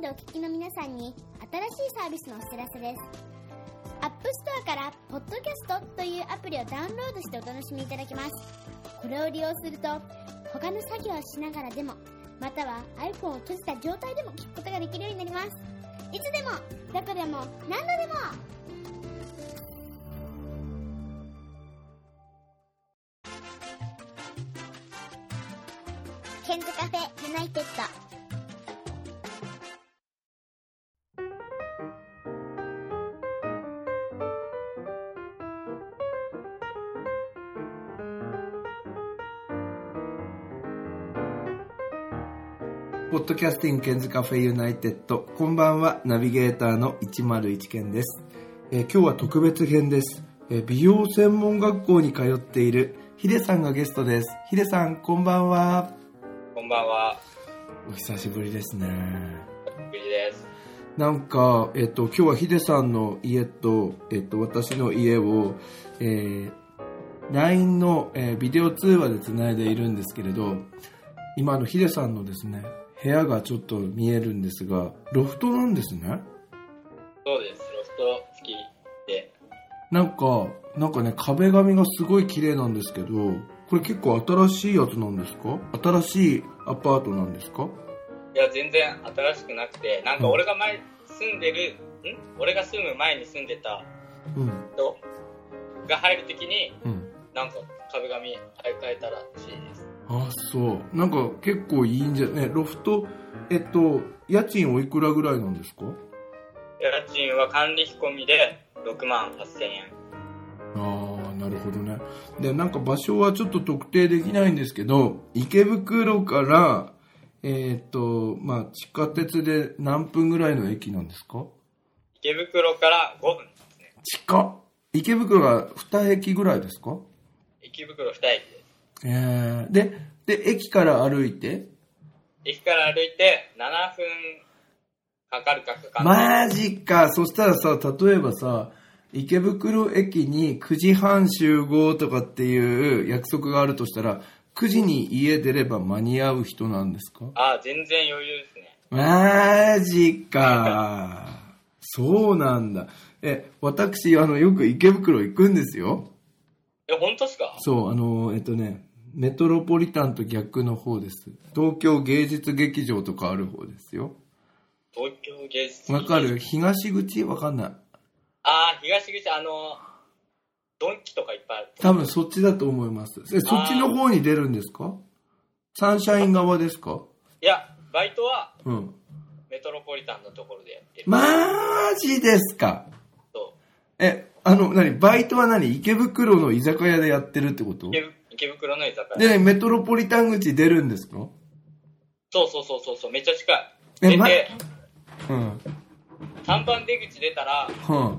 でお聞きの皆さんに新しいサービスのお知らせです App Store から「Podcast」というアプリをダウンロードしてお楽しみいただけますこれを利用すると他の作業をしながらでもまたは iPhone を閉じた状態でも聞くことができるようになりますいつでもどこでも何度でもケンズカフェユナイテッドポッドキャスティングケンズカフェユナイテッド。こんばんは、ナビゲーターの101健です、えー今日は特別編です、えー美容専門学校に通っているヒデさんがゲストです。ヒデさん、こんばんは。こんばんは、お久しぶりですね。ゆりです。なんか、えっ、と、今日はヒデさんの家と、えっ、と、私の家を、えー LINE の、えービデオ通話でつないでいるんですけれど、今あのヒデさんのですね、部屋がちょっと見えるんですが、ロフトなんですね。そうです、ロスト付きで。なんか、なんかね、壁紙がすごい綺麗なんですけど、これ結構新しいやつなんですか新しいアパートなんですかいや、全然新しくなくて、なんか俺が前、住んでる、ん俺が住む前に住んでたうん、人が入るときに、うん。なんか壁紙買い替えたらしいです。あ、そう。なんか結構いいんじゃ、ね、ロフト、えっと、家賃おいくらぐらいなんですか家賃は管理費込みで6万8000円。ああ、なるほどね。で、なんか場所はちょっと特定できないんですけど、池袋から、えーっと、まあ、地下鉄で何分ぐらいの駅なんですか池袋から5分ですね。地下池袋が2駅ぐらいですか池袋2駅です。えー、で、で、駅から歩いて、駅から歩いて7分かかるかかかんない。マジかそしたらさ、例えばさ、池袋駅に9時半集合とかっていう約束があるとしたら、9時に家出れば間に合う人なんですかああ、全然余裕ですね。マジかそうなんだ。え、私、あの、よく池袋行くんですよ。え、本当っすかそう、あの、えっとね、メトロポリタンと逆の方です。東京芸術劇場とかある方ですよ。東京芸術わかる東口わかんない。ああ、東口、あの、ドンキとかいっぱいある。多分そっちだと思います。え、そっちの方に出るんですかサンシャイン側ですかいや、バイトはうん。メトロポリタンのところでやってる。マジですかそえ、あの、何バイトは何池袋の居酒屋でやってるってことう池池袋の居酒屋。で、メトロポリタン口出るんですかそうそうそうそうそう、めっちゃ近い。え出まて、うん。 3番出口出たら、は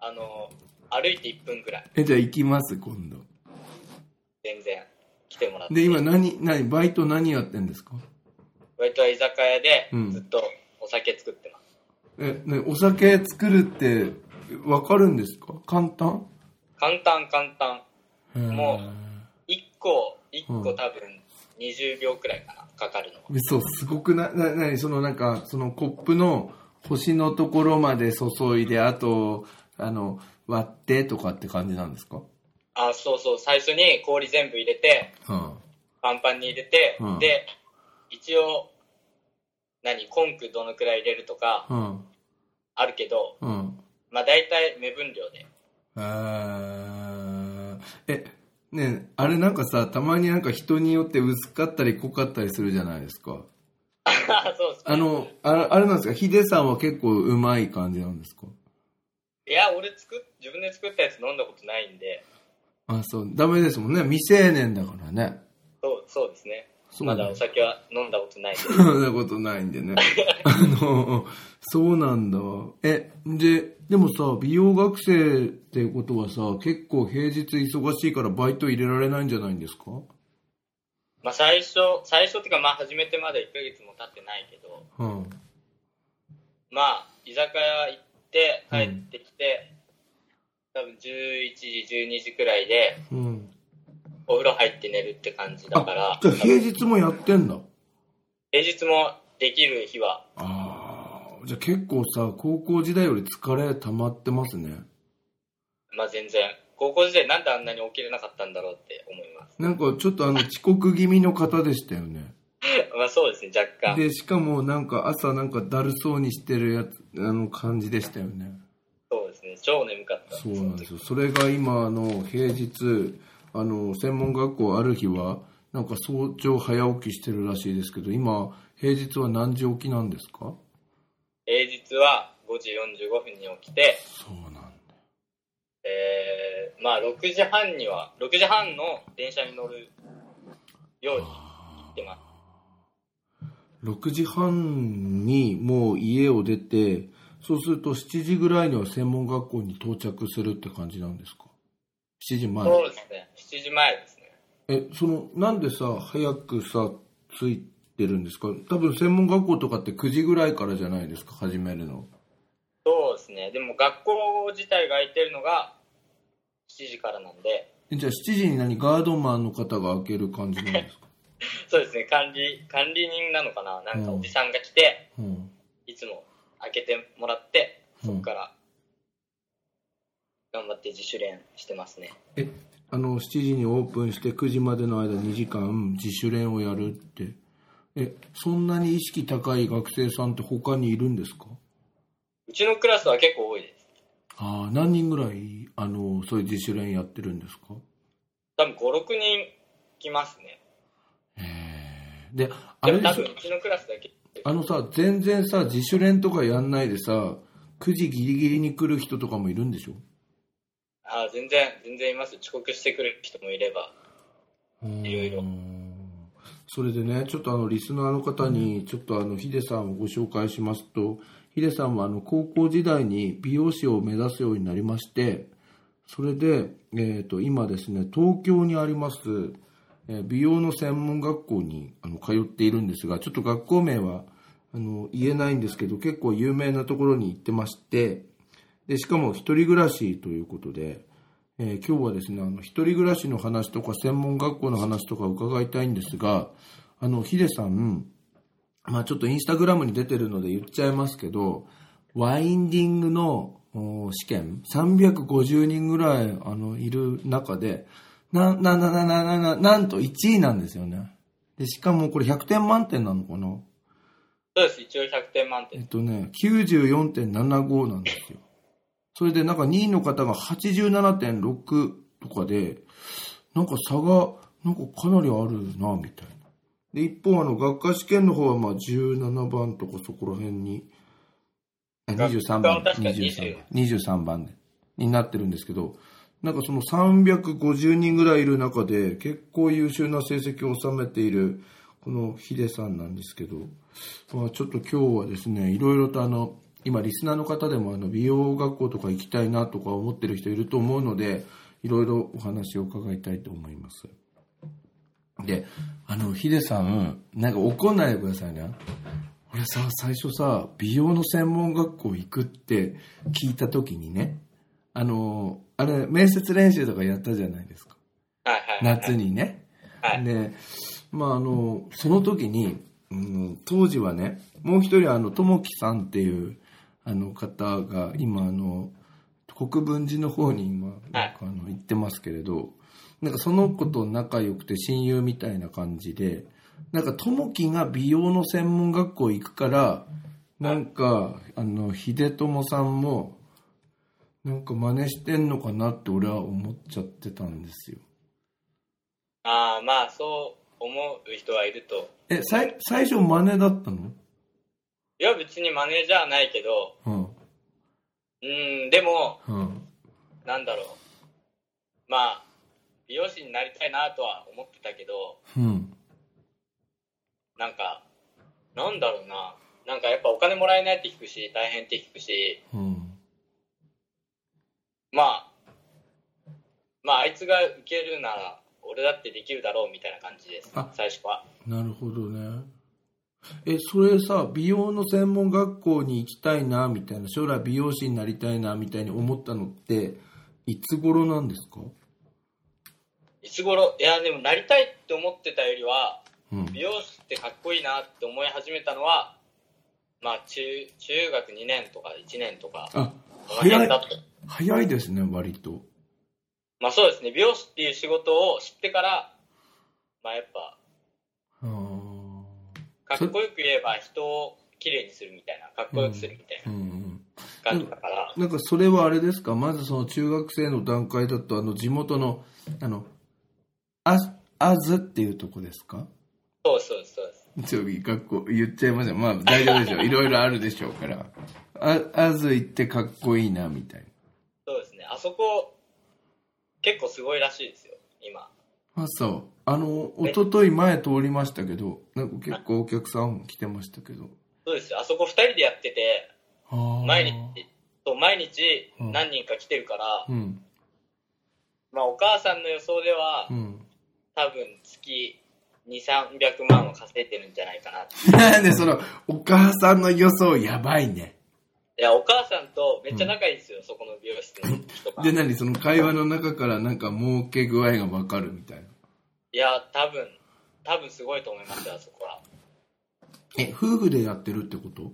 あの、歩いて1分ぐらい。あ、え、じゃあ行きます、今度。全然来てもらって。で、今何、何、バイト何やってんですかバイトは居酒屋でうんずっとお酒作ってます。え、ね、お酒作るってわかるんですか簡単簡単簡単。もう。 1個、1う個ん多分20秒くらいかな、かかるのは。嘘、すごくな、な、なに、そのなんか、そのコップの星のところまで注いで、あと、あの、割ってとかって感じなんですかあ、そうそう、最初に氷全部入れて、うん。パンパンに入れて、うんで一応何コンクどのくらい入れるとかうん。あるけど、うん。まあ、大体目分量でえー、え、ねえあれなんかさ、たまになんか人によって薄かったり濃かったりするじゃないですか。あそうですあの、あれ、あれなんですかヒデさんは結構うまい感じなんですかいや俺作っ自分で作ったやつ飲んだことないんであ、そう、ダメですもんね。未成年だからね。そうそうですねそうまだお酒は飲んだこ とないんでそんなことないんで ね。あの、そうなんだ。え、で、でもさ、美容学生ってことはさ、結構平日忙しいからバイト入れられないんじゃないんですかまあ最初最初っていうかまあ始めてまだ1ヶ月も経ってないけどうん。まあ居酒屋行って帰ってきて、多分11時12時くらいでうん。お風呂入って寝るって感じだからあじゃあ平日もやってんだ。平日もできる日はあじゃあ結構さ、高校時代より疲れ溜まってますね。まあ全然、高校時代なんであんなに起きれなかったんだろうって思い ます。なんかちょっとあの遅刻気味の方でしたよね。まあそうですね、若干。で、しかもなんか朝なんかだるそうにしてるやつ、あの感じでしたよね。そうですね、超眠かった。そうなんですその時よ。それが今、あの、平日、あの、専門学校ある日は、なんか早朝早起きしてるらしいですけど、今、平日は何時起きなんですか平日は5時45分に起きて、そうなんだ。えー、まあ6時半には、6時半の電車に乗るようにしてます。 6時半にもう家を出て、そうすると7時ぐらいには専門学校に到着するって感じなんですか ?7 時前。そうですね、7時前ですね。え、その、なんでさ、早くさ、着いてるんですか多分専門学校とかって9時ぐらいからじゃないですか、始めるの。そうですね、でも学校自体が空いてるのが7時からなんで、えじゃあ7時に何ガードマンの方が開ける感じなんですかそうですね、管理、管理人なのかな、なんかおじさんが来て、うん。いつも開けてもらって、うんそこから頑張って自主練してますね。え、あの、7時にオープンして9時までの間2時間自主練をやるって。え、そんなに意識高い学生さんって他にいるんですかうちのクラスは結構多いです。ああ、何人ぐらい、あの、そういう自主練やってるんですか多分5、6人来ますね。へえ。で、あでれもで多し分ょうちのクラスだけ。あのさ、全然さ、自主練とかやんないでさ、9時ギリギリに来る人とかもいるんでしょあ全然、全然います。遅刻してくる人もいれば。いろいろ。それでね、ちょっとあの、リスナーの方に、ちょっとあの、ヒデさんをご紹介しますと、ヒデさんはあの、高校時代に美容師を目指すようになりまして、それで、えっ、と、今ですね、東京にあります、えー美容の専門学校にあの通っているんですが、ちょっと学校名は、あの、言えないんですけど、結構有名なところに行ってまして、で、しかも一人暮らしということで、えー今日はですね、あの、一人暮らしの話とか専門学校の話とか伺いたいんですが、あの、ヒデさん、まあちょっとインスタグラムに出てるので言っちゃいますけど、ワインディングのおー試験、350人ぐらい、あの、いる中で、な、な、な、な、な、な、ななんと1位なんですよね。で、しかもこれ100点満点なのかなそうです、一応100点満えっ点。とね、94.75なんですよ。それでなんか2位の方が87.6とかで、なんか差が、なんかかなりあるな、みたいな。で、一方、あの、学科試験の方は、まあ、17番とかそこら辺に、あ23学科番は、確かに23番、23番で、になってるんですけど、なんかその350人ぐらいいる中で、結構優秀な成績を収めている、このヒデさんなんですけど、まあ、ちょっと今日はですね、いろいろとあの、今リスナーの方でもあの、美容学校とか行きたいなとか思ってる人いると思うので、いろいろお話を伺いたいと思います。で、あの、ヒデさん、なんか怒んないでくださいね。俺さ、最初さ、美容の専門学校行くって聞いた時にね、あの、あれ、面接練習とかやったじゃないですか。はいはいはい。夏にね。はいで、まああの、その時に、うん、当時はね、もう一人あの、ともきさんっていう、あの方が、今あの、国分寺の方に今、なんかあの、行ってますけれど、なんかその子と仲良くて親友みたいな感じで、なんかともきが美容の専門学校行くから、なんか、あの、秀友さんも、なんか真似してんのかなって俺は思っちゃってたんですよ。ああ、まあそう思う人はいると。え、さい、最初真似だったのいや、別にマネージャーないけど、うん。うん、でも、うん。なんだろう。まあ、美容師になりたいなとは思ってたけど、うん。なんか、なんだろうな。なんかやっぱお金もらえないって聞くし、大変って聞くし、うん。まあ、まああいつが受けるなら、俺だってできるだろうみたいな感じですあ、最初は。なるほどね。え、それさ、美容の専門学校に行きたいな、みたいな、将来美容師になりたいな、みたいに思ったのって、いつ頃なんですかいつ頃、いやでもなりたいって思ってたよりは、うん。美容師ってかっこいいなって思い始めたのは、まあ中、中学2年とか1年とか、あ、この辺早いだ、と。早いですね、割と。まあそうですね、美容師っていう仕事を知ってから、まあやっぱ、あーかっこよく言えば人をきれいにするみたいな、かっこよくするみたいうんうん。な感じだから、なんかそれはあれですか、まずその中学生の段階だと、あの地元の、あの、あ、あずっていうとこですかそうですそうです、そうでちす。ょ、学校言っちゃいました。まあ大丈夫で しょう。いろいろあるでしょうから。あ、あず行ってかっこいいな、みたいそうですね、あそこ、結構すごいらしいですよ、今。な。あ、そう。あの、一昨日前通りましたけど、なんか結構お客さんも来てましたけど。そうですよ、あそこ2人でやってて、あー毎日、そう毎日うん何人か来てるから、うん。まあお母さんの予想では、うん。多分月2、300万を稼いでるんじゃないかなって。なんでその、お母さんの予想やばいね。いや、お母さんとめっちゃ仲いいんですよ、そこの美容室の人が。で、何その会話の中からなんか儲け具合がわかるみたいな。いや、多分、多分すごいと思いますよ、あそこは。え、夫婦でやってるってこと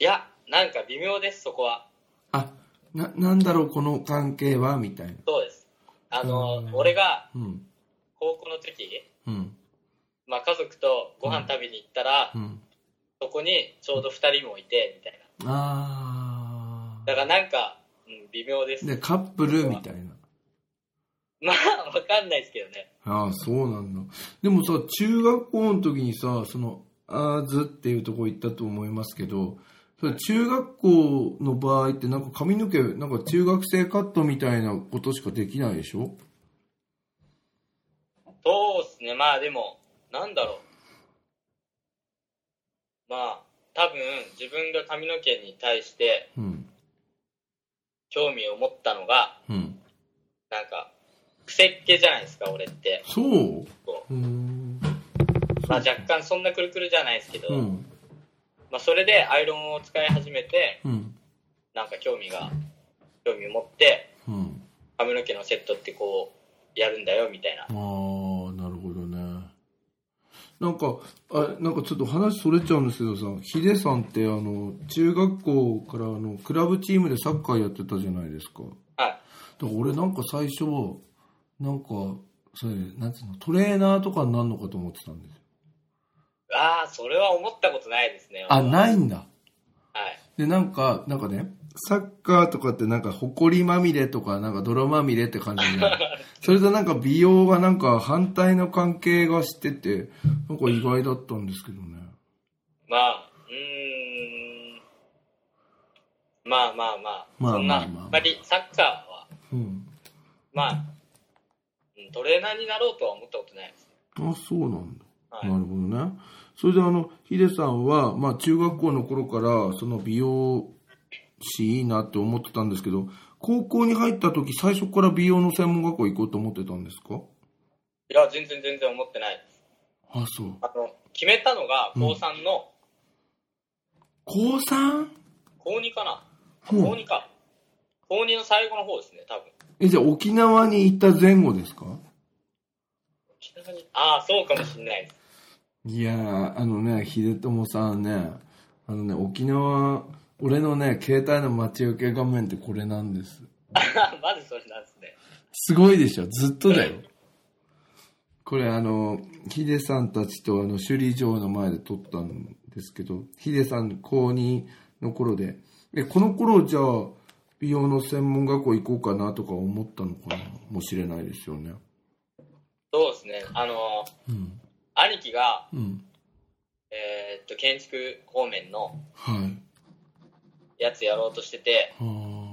いや、なんか微妙です、そこは。あ、な、なんだろうこの関係はみたいな。そうです。あの、うん俺がうん。高校の時、うん。まあ家族とご飯食べに行ったら、うん。そこにちょうど2人もいて、みたいな。あだからなんか、うん、微妙です。ー。で、カップルみたいな。まあ、わかんないですけどね。ああ、そうなんだ。でもさ、中学校の時にさ、その、あーずっていうとこ行ったと思いますけど、それ中学校の場合ってなんか髪の毛、なんか中学生カットみたいなことしかできないでしょそうですね、まあでも、なんだろう。まあ、多分、自分が髪の毛に対してうん。興味を持ったのが、うん。なんか、癖っ気じゃないですか、俺って。そうこうーん。うまあ若干そんなくるくるじゃないですけど、うん。まあそれでアイロンを使い始めて、うん。なんか興味が、興味を持って、うん。髪の毛のセットってこう、やるんだよ、みたいなあ。あなるほどねなんかあなんかちょっと話それちゃうんですけどさヒデさんってあの中学校からあのクラブチームでサッカーやってたじゃないですかはい。だから俺なんか最初なんかそれなんつうのトレーナーとかになるのかと思ってたんですよああ、それは思ったことないですね。あ俺はないんだはい。でなんかなんかねサッカーとかってなんか埃まみれとかなんか泥まみれって感じに なるそれとなんか美容がなんか反対の関係がしててなんか意外だったんですけどねまあ、うーん。まあまあまあ、まあそんな、まあやまあっぱりサッカーは、うんまあ、うんトレーナーになろうとは思ったことないですね。あそうなんだ、はいなるほどねそれであのヒデさんは、まあ、中学校の頃からその美容師いいなって思ってたんですけど高校に入った時最初から美容の専門学校行こうと思ってたんですかいや、全然全然思ってないです。あそうあの、決めたのが、うん高3の、高 3? 高2かな、うん高2か。高2の最後の方ですね、多分。えじゃあ沖縄に行った前後ですか北側にああ、そうかもしれない です。いやー、あのね、秀友さんね、あのね、沖縄、俺のね、携帯の待ち受け画面ってこれなんです。まずそれなんですね。すごいでしょずっとだよ。これあの、ヒデさんたちとあの、首里城の前で撮ったんですけど、ヒデさん高2の頃で、え、この頃じゃあ、美容の専門学校行こうかなとか思ったのかなもしれないですよね。そうですね。あの、うん。兄貴が、うん。えーっと、建築方面のはい。やつやろうとしてて、あー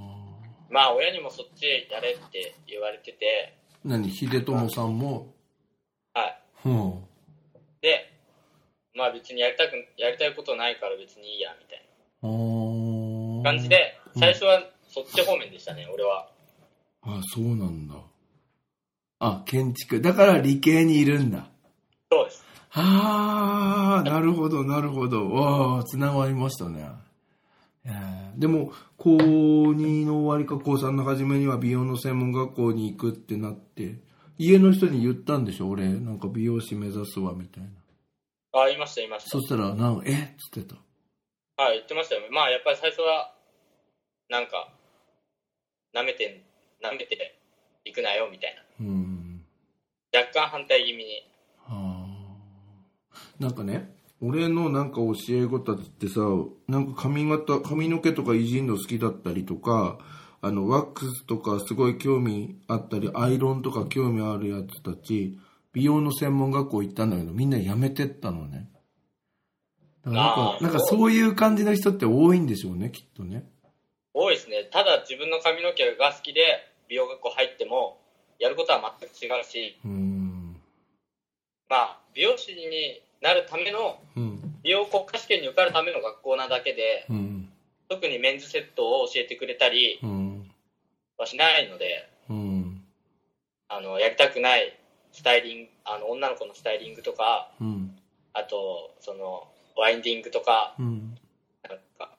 まあ親にもそっちやれって言われてて、何秀友さんも、はい。うん。で、まあ別にやりたく、やりたいことないから別にいいや、みたいあーな感じ。で、うん最初はそっち方面でしたね、俺は。あ、そうなんだ。あ、建築。だから理系にいるんだ。そうです。ああ、なるほど、なるほど。ああ、つながりましたね。えーでも、高2の終わりか高3の初めには美容の専門学校に行くってなって、家の人に言ったんでしょ俺、なんか美容師目指すわ、みたいな。あ、いました、いましたそ。したら、なんか、えっつってた。はい、言ってましたよ。まあ、やっぱり最初は、なんか、舐めてん、舐めていくなよ、みたいうん。な。若干反対気味に。あーなんかね、俺のなんか教え子たちってさ、なんか髪型、髪の毛とかいじんの好きだったりとか、あの、ワックスとかすごい興味あったり、アイロンとか興味あるやつたち、美容の専門学校行ったんだけど、みんな辞めてったのね。だからなんあか、ーなんかそういう感じの人って多いんでしょうね、きっとね。多いですね。ただ自分の髪の毛が好きで、美容学校入っても、やることは全く違うし、うん。まあ、美容師になるための、うん。美容国家試験に受かるための学校なだけで、うん。特にメンズセットを教えてくれたりうん。はしないので、うん。あの、やりたくないスタイリング、あの、女の子のスタイリングとか、うん。あと、その、ワインディングとか、うん。なんか、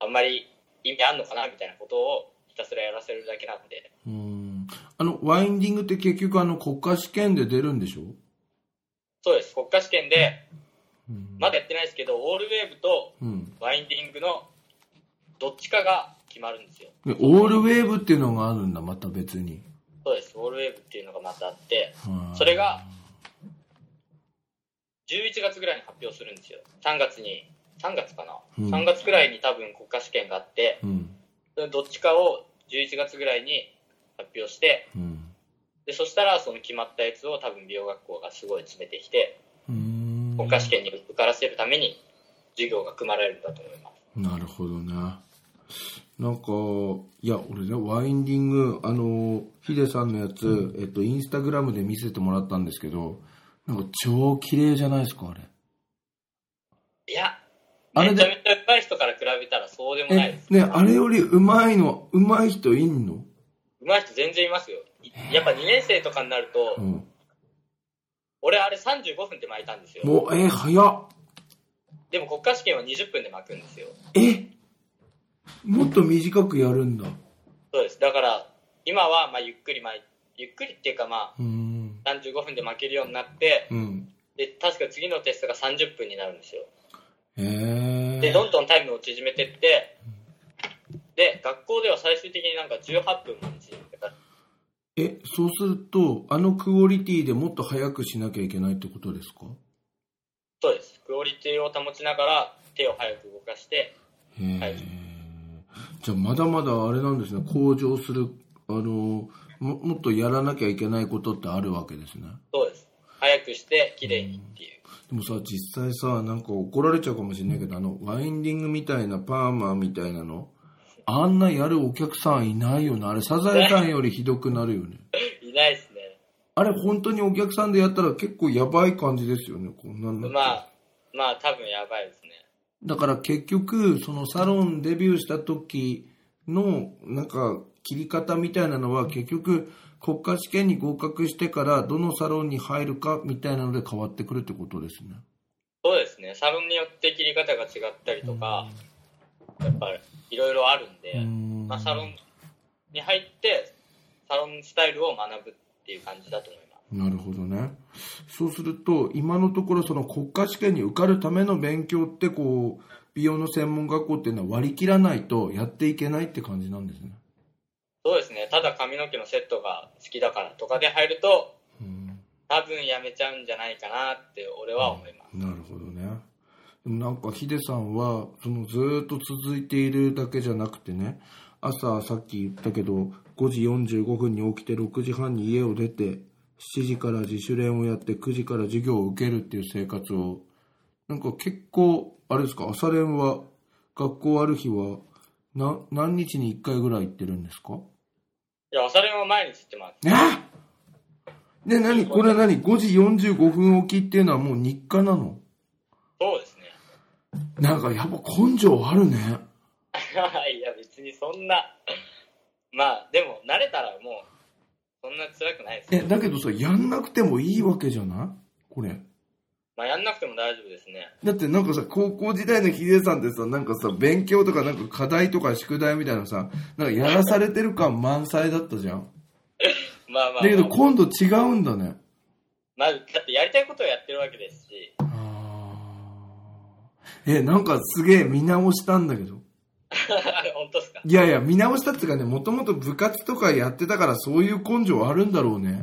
あんまり意味あんのかなみたいなことをひたすらやらせるだけなんで、うんあの、ワインディングって結局あの国家試験で出るんでしょそうです、国家試験で、うんまだやってないですけど、オールウェーブとうん。ワインディングのどっちかが決まるんですよ。でオールウェーブっていうのがあるんだ、また別に。そうです、オールウェーブっていうのがまたあって、はいそれが、11月ぐらいに発表するんですよ。3月に、3月かな、うん3月くらいに多分国家試験があって、うん。それどっちかを11月ぐらいに発表して、うん。でそしたらその決まったやつを多分美容学校がすごい詰めてきてうん。国家試験に受からせるために授業が組まれるんだと思いますなるほどね。なんか、いや、俺ね、ワインディング、あの、ヒデさんのやつ、えっと、インスタグラムで見せてもらったんですけど、なんか超綺麗じゃないですか、あれ。いやあめれちでゃめちゃ上手い人から比べたらそうでもないでえ、すね、あれより上手いの、上手い人いんの上手い人全然いますよいやっぱ2年生とかになるとうん。俺あれ35分で巻いたんですよもう、え、早っ。でも国家試験は20分で巻くんですよえもっと短くやるんだ。そうですだから今はまあゆっくり巻いゆっくりっていうかまうん。あ35分で巻けるようになってうん。で確か次のテストが30分になるんですよへえ。でどんどんタイムを縮めてってで学校では最終的になんか18分まで縮めてたえ、そうすると、あのクオリティでもっと早くしなきゃいけないってことですかそうですクオリティを保ちながら手を早く動かしてへえ、はいじゃあ、まだまだあれなんですね。向上する、あの、ももっとやらなきゃいけないことってあるわけですね。そうです早くして綺麗にっていうでもさ、実際さ、なんか怒られちゃうかもしれないけど、あの、ワインディングみたいな、パーマみたいなの、あんなやるお客さんいないよね。あれ、サザエさんよりひどくなるよね。いないですねあれ本当にお客さんでやったら結構やばい感じですよね、こんなんだってまあまあ多分やばいですねだから結局、そのサロンデビューした時の、なんか、切り方みたいなのは結局、国家試験に合格してからどのサロンに入るかみたいなので変わってくるってことですね。そうですねサロンによって切り方が違ったりとかやっぱりいろいろあるんでうんまあ、サロンに入ってサロンスタイルを学ぶっていう感じだと思いますなるほどね。そうすると、今のところその国家試験に受かるための勉強ってこう、美容の専門学校っていうのは割り切らないとやっていけないって感じなんですね。そうですね、ただ髪の毛のセットが好きだからとかで入ると、うん多分やめちゃうんじゃないかなって、俺は思います。なるほどね。でもなんかヒデさんは、そのずーっと続いているだけじゃなくてね、朝さっき言ったけど、5時45分に起きて6時半に家を出て、7時から自主練をやって9時から授業を受けるっていう生活を、なんか結構、あれですか、朝練は、学校ある日は、な、何日に1回ぐらい行ってるんですかいや、朝練は毎日行ってます。ねね、何これ何 ?5 時45分起きっていうのはもう日課なのそうですね。なんかやっぱ根性あるね。 いや、別にそんな、まあ、でも慣れたらもう、そんな辛くないですえ、ね。だけどさ、やんなくてもいいわけじゃないこれ。まあ、やんなくても大丈夫ですね。だってなんかさ、高校時代のヒデさんってさ、なんかさ、勉強とかなんか課題とか宿題みたいなのさ、なんかやらされてる感満載だったじゃん。まあまあ、だけどまあ、今度違うんだね。まあだってやりたいことをやってるわけですし、あーえ、なんかすげえ見直したんだけど。 本当ですかいやいや、見直したっていうかね、もともと部活とかやってたからそういう根性あるんだろうね。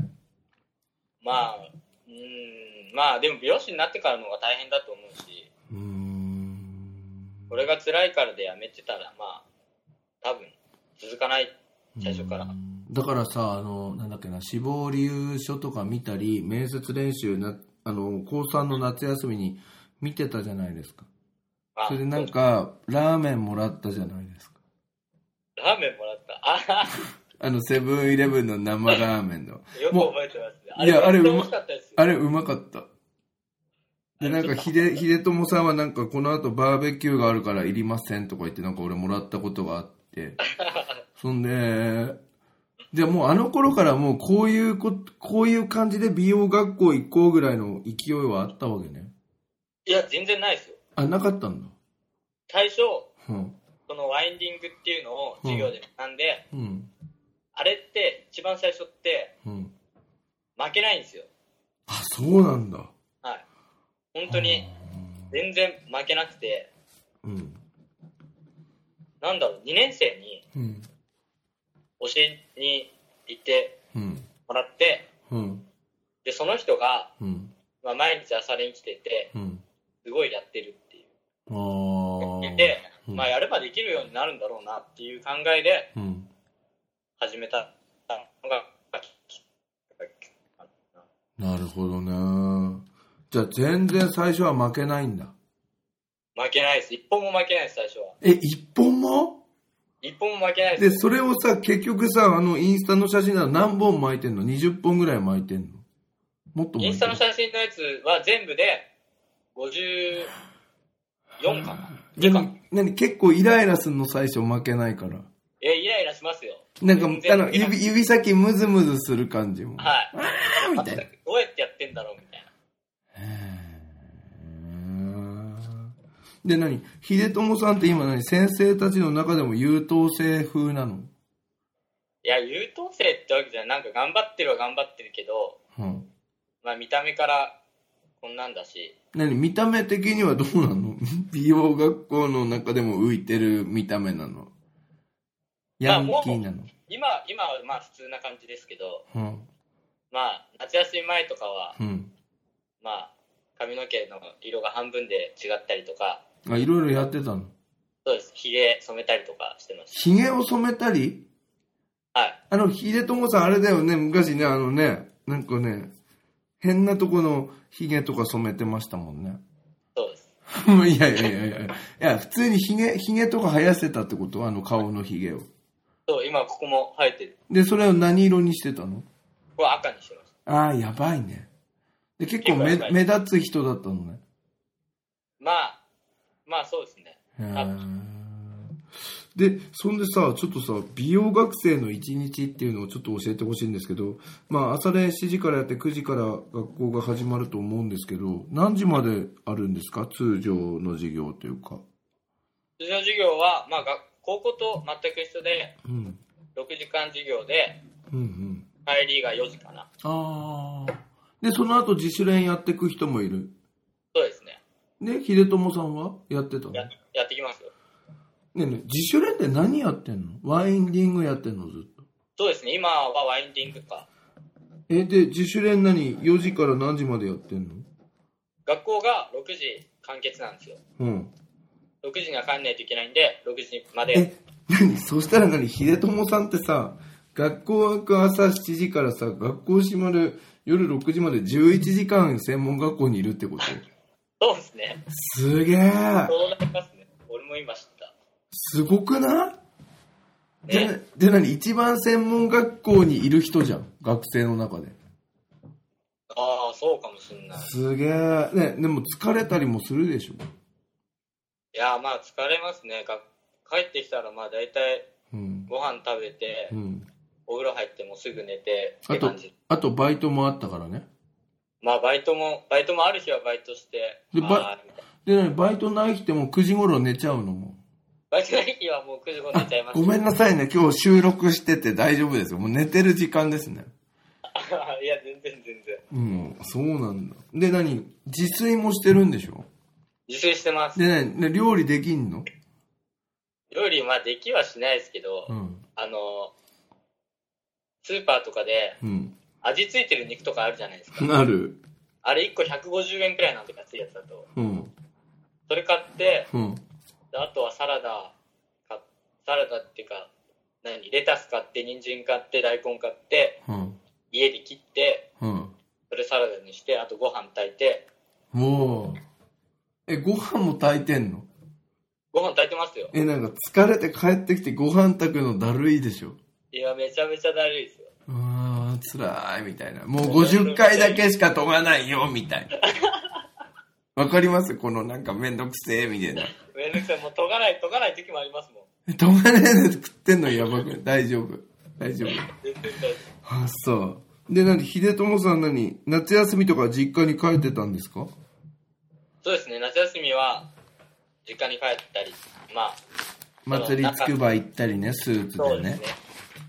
まあ、うーん、まあでも美容師になってからの方が大変だと思うし、うーん。これが辛いからでやめてたら、まあ、多分続かない、最初から。だからさ、あの、なんだっけな、死亡理由書とか見たり、面接練習な、あの、高3の夏休みに見てたじゃないですか。まあそれでなんか、ラーメンもらったじゃないですか。ラーメンもらった。ああ、あの、セブンイレブンの生ラーメンの。よく覚えてますね。あいやあれれ、めっちゃ美味しかったですよ。あれ、うまかった。で、なんか、ひで、ひでともさんはなんか、この後バーベキューがあるからいりませんとか言って、なんか俺もらったことがあって。そんで、じゃあもうあの頃からもうこういうこ、こういう感じで美容学校行こうぐらいの勢いはあったわけね。いや、全然ないですよ。あ、なかったんだ。最初、うん。そのワインディングっていうのを授業で学んで、うん。あれって一番最初ってうん。負けないんですよ。あ、そうなんだ。はい。本当に全然負けなくて、うん。なんだろう、2年生にうん。教えに行ってうん。もらって、うん。で、その人が、うん。まあ、毎日朝練来てて、うん。すごいやってるっていう。あーで、うんまあ、やればできるようになるんだろうなっていう考えでうん。始めたのが、なるほどね。じゃあ全然最初は負けないんだ。負けないです。一本も負けないです、最初は。え、一本も一本も負けないで。、ですそれをさ、結局さ、あの、インスタの写真なら何本巻いてんの ?20 本ぐらい巻いてんのもっと巻いてるインスタの写真のやつは全部で54かな。で2かも。何結構イライラすんの最初負けないから。え、イライラしますよ。なんか、全然あの、指、指先ムズムズする感じも。はい。あーみたいな。どうやってやってんだろうみたいな。で、何秀友さんって今何先生たちの中でも優等生風なのいや、優等生ってわけじゃない。なんか頑張ってるは頑張ってるけど、うん。まあ見た目からこんなんだし、何見た目的にはどうなの 美容学校の中でも浮いてる見た目なのヤンキーなの、今、今はまあ普通な感じですけど、うん。まあ夏休み前とかは、うん。まあ髪の毛の色が半分で違ったりとか、あ、いろいろやってたの。そうです。髭染めたりとかしてました。ひげを染めたりはい。あの、秀友さんあれだよね、昔ね、あのね、なんかね、変なとこのひげとか染めてましたもんね。 そうです。いやいやいやいや。いや、普通にひげ、ひげとか生やしてたってことあの顔のひげを。そう、今ここも生えてる。で、それを何色にしてたのこれ赤にしてました。ああ、やばいね。で、結構目結構やばい目立つ人だったのね。まあ、まあそうですね。へあーで、そんでさ、ちょっとさ、美容学生の一日っていうのをちょっと教えてほしいんですけど、まあ、朝練7時からやって9時から学校が始まると思うんですけど、何時まであるんですか通常の授業というか。通常授業は、まあ学、高校と全く一緒で、うん。 6時間授業で、うんうん。帰りが4時かな。ああ。で、その後自主練やってく人もいる。そうですね。ね、秀友さんはやってたのやねやってきますよ。えねえ自主練って何やってんのワインディングやってんのずっと。そうですね、今はワインディングか。え、で、自主練何 ?4 時から何時までやってんの学校が6時完結なんですよ。うん。 6時には帰んないといけないんで、6時までえ。、何そしたら何秀友さんってさ、学校開く朝7時からさ、学校閉まる夜6時まで11時間専門学校にいるってことそうですね。すげえそうなりますね。俺も今知った。すごくないねで、で何一番専門学校にいる人じゃん。学生の中で。ああ、そうかもしんない。すげえ。ね、でも疲れたりもするでしょ。いやー、まあ疲れますね。学帰ってきたら、まあ大体うん。ご飯食べてう、ん。お風呂入ってもうすぐ寝てっあてと感じ。、あとバイトもあったからね。まあバイトも、バイトもある日はバイトして、であーみたいなで、何バイトない日ってもう9時頃寝ちゃうのもう。バイトない日はもう9時頃あ寝ちゃいます。ごめんなさいね。今日収録してて大丈夫ですよ。もう寝てる時間ですね。 いや、全然全然。うん、そうなんだ。で、何自炊もしてるんでしょ自炊してます。でね、ね料理できんの料理、まあ、できはしないですけど、うん。あの、スーパーとかでうん。味付いてる肉とかあるじゃないですか。なる。あれ1個150円くらいなんで安いやつだと。うん。それ買って、うん。であとはサラダか、サラダっていうか、何レタス買って、人参買って、大根買って、うん。家で切って、うん。それサラダにして、あとご飯炊いて、もう。え、ご飯も炊いてんのご飯炊いてますよ。え、なんか疲れて帰ってきてご飯炊くのだるいでしょ。いや、めちゃめちゃだるいですよ。うーん、辛いみたいな。もう50回だけしか飛ばないよ、みたい な。わかりますこのなんかめんどくせえ、みたいな。めんどくさい、もう研がない、研がない時もありますも ん。飛ばねえで食ってんのやばくない大丈夫。大丈夫。全然大丈夫あ、そう。で、なに、秀友さん何夏休みとか実家に帰ってたんですかそうですね、夏休みは、実家に帰ったり、まあ、祭りつくば行ったりね、スーツそうででねすね。。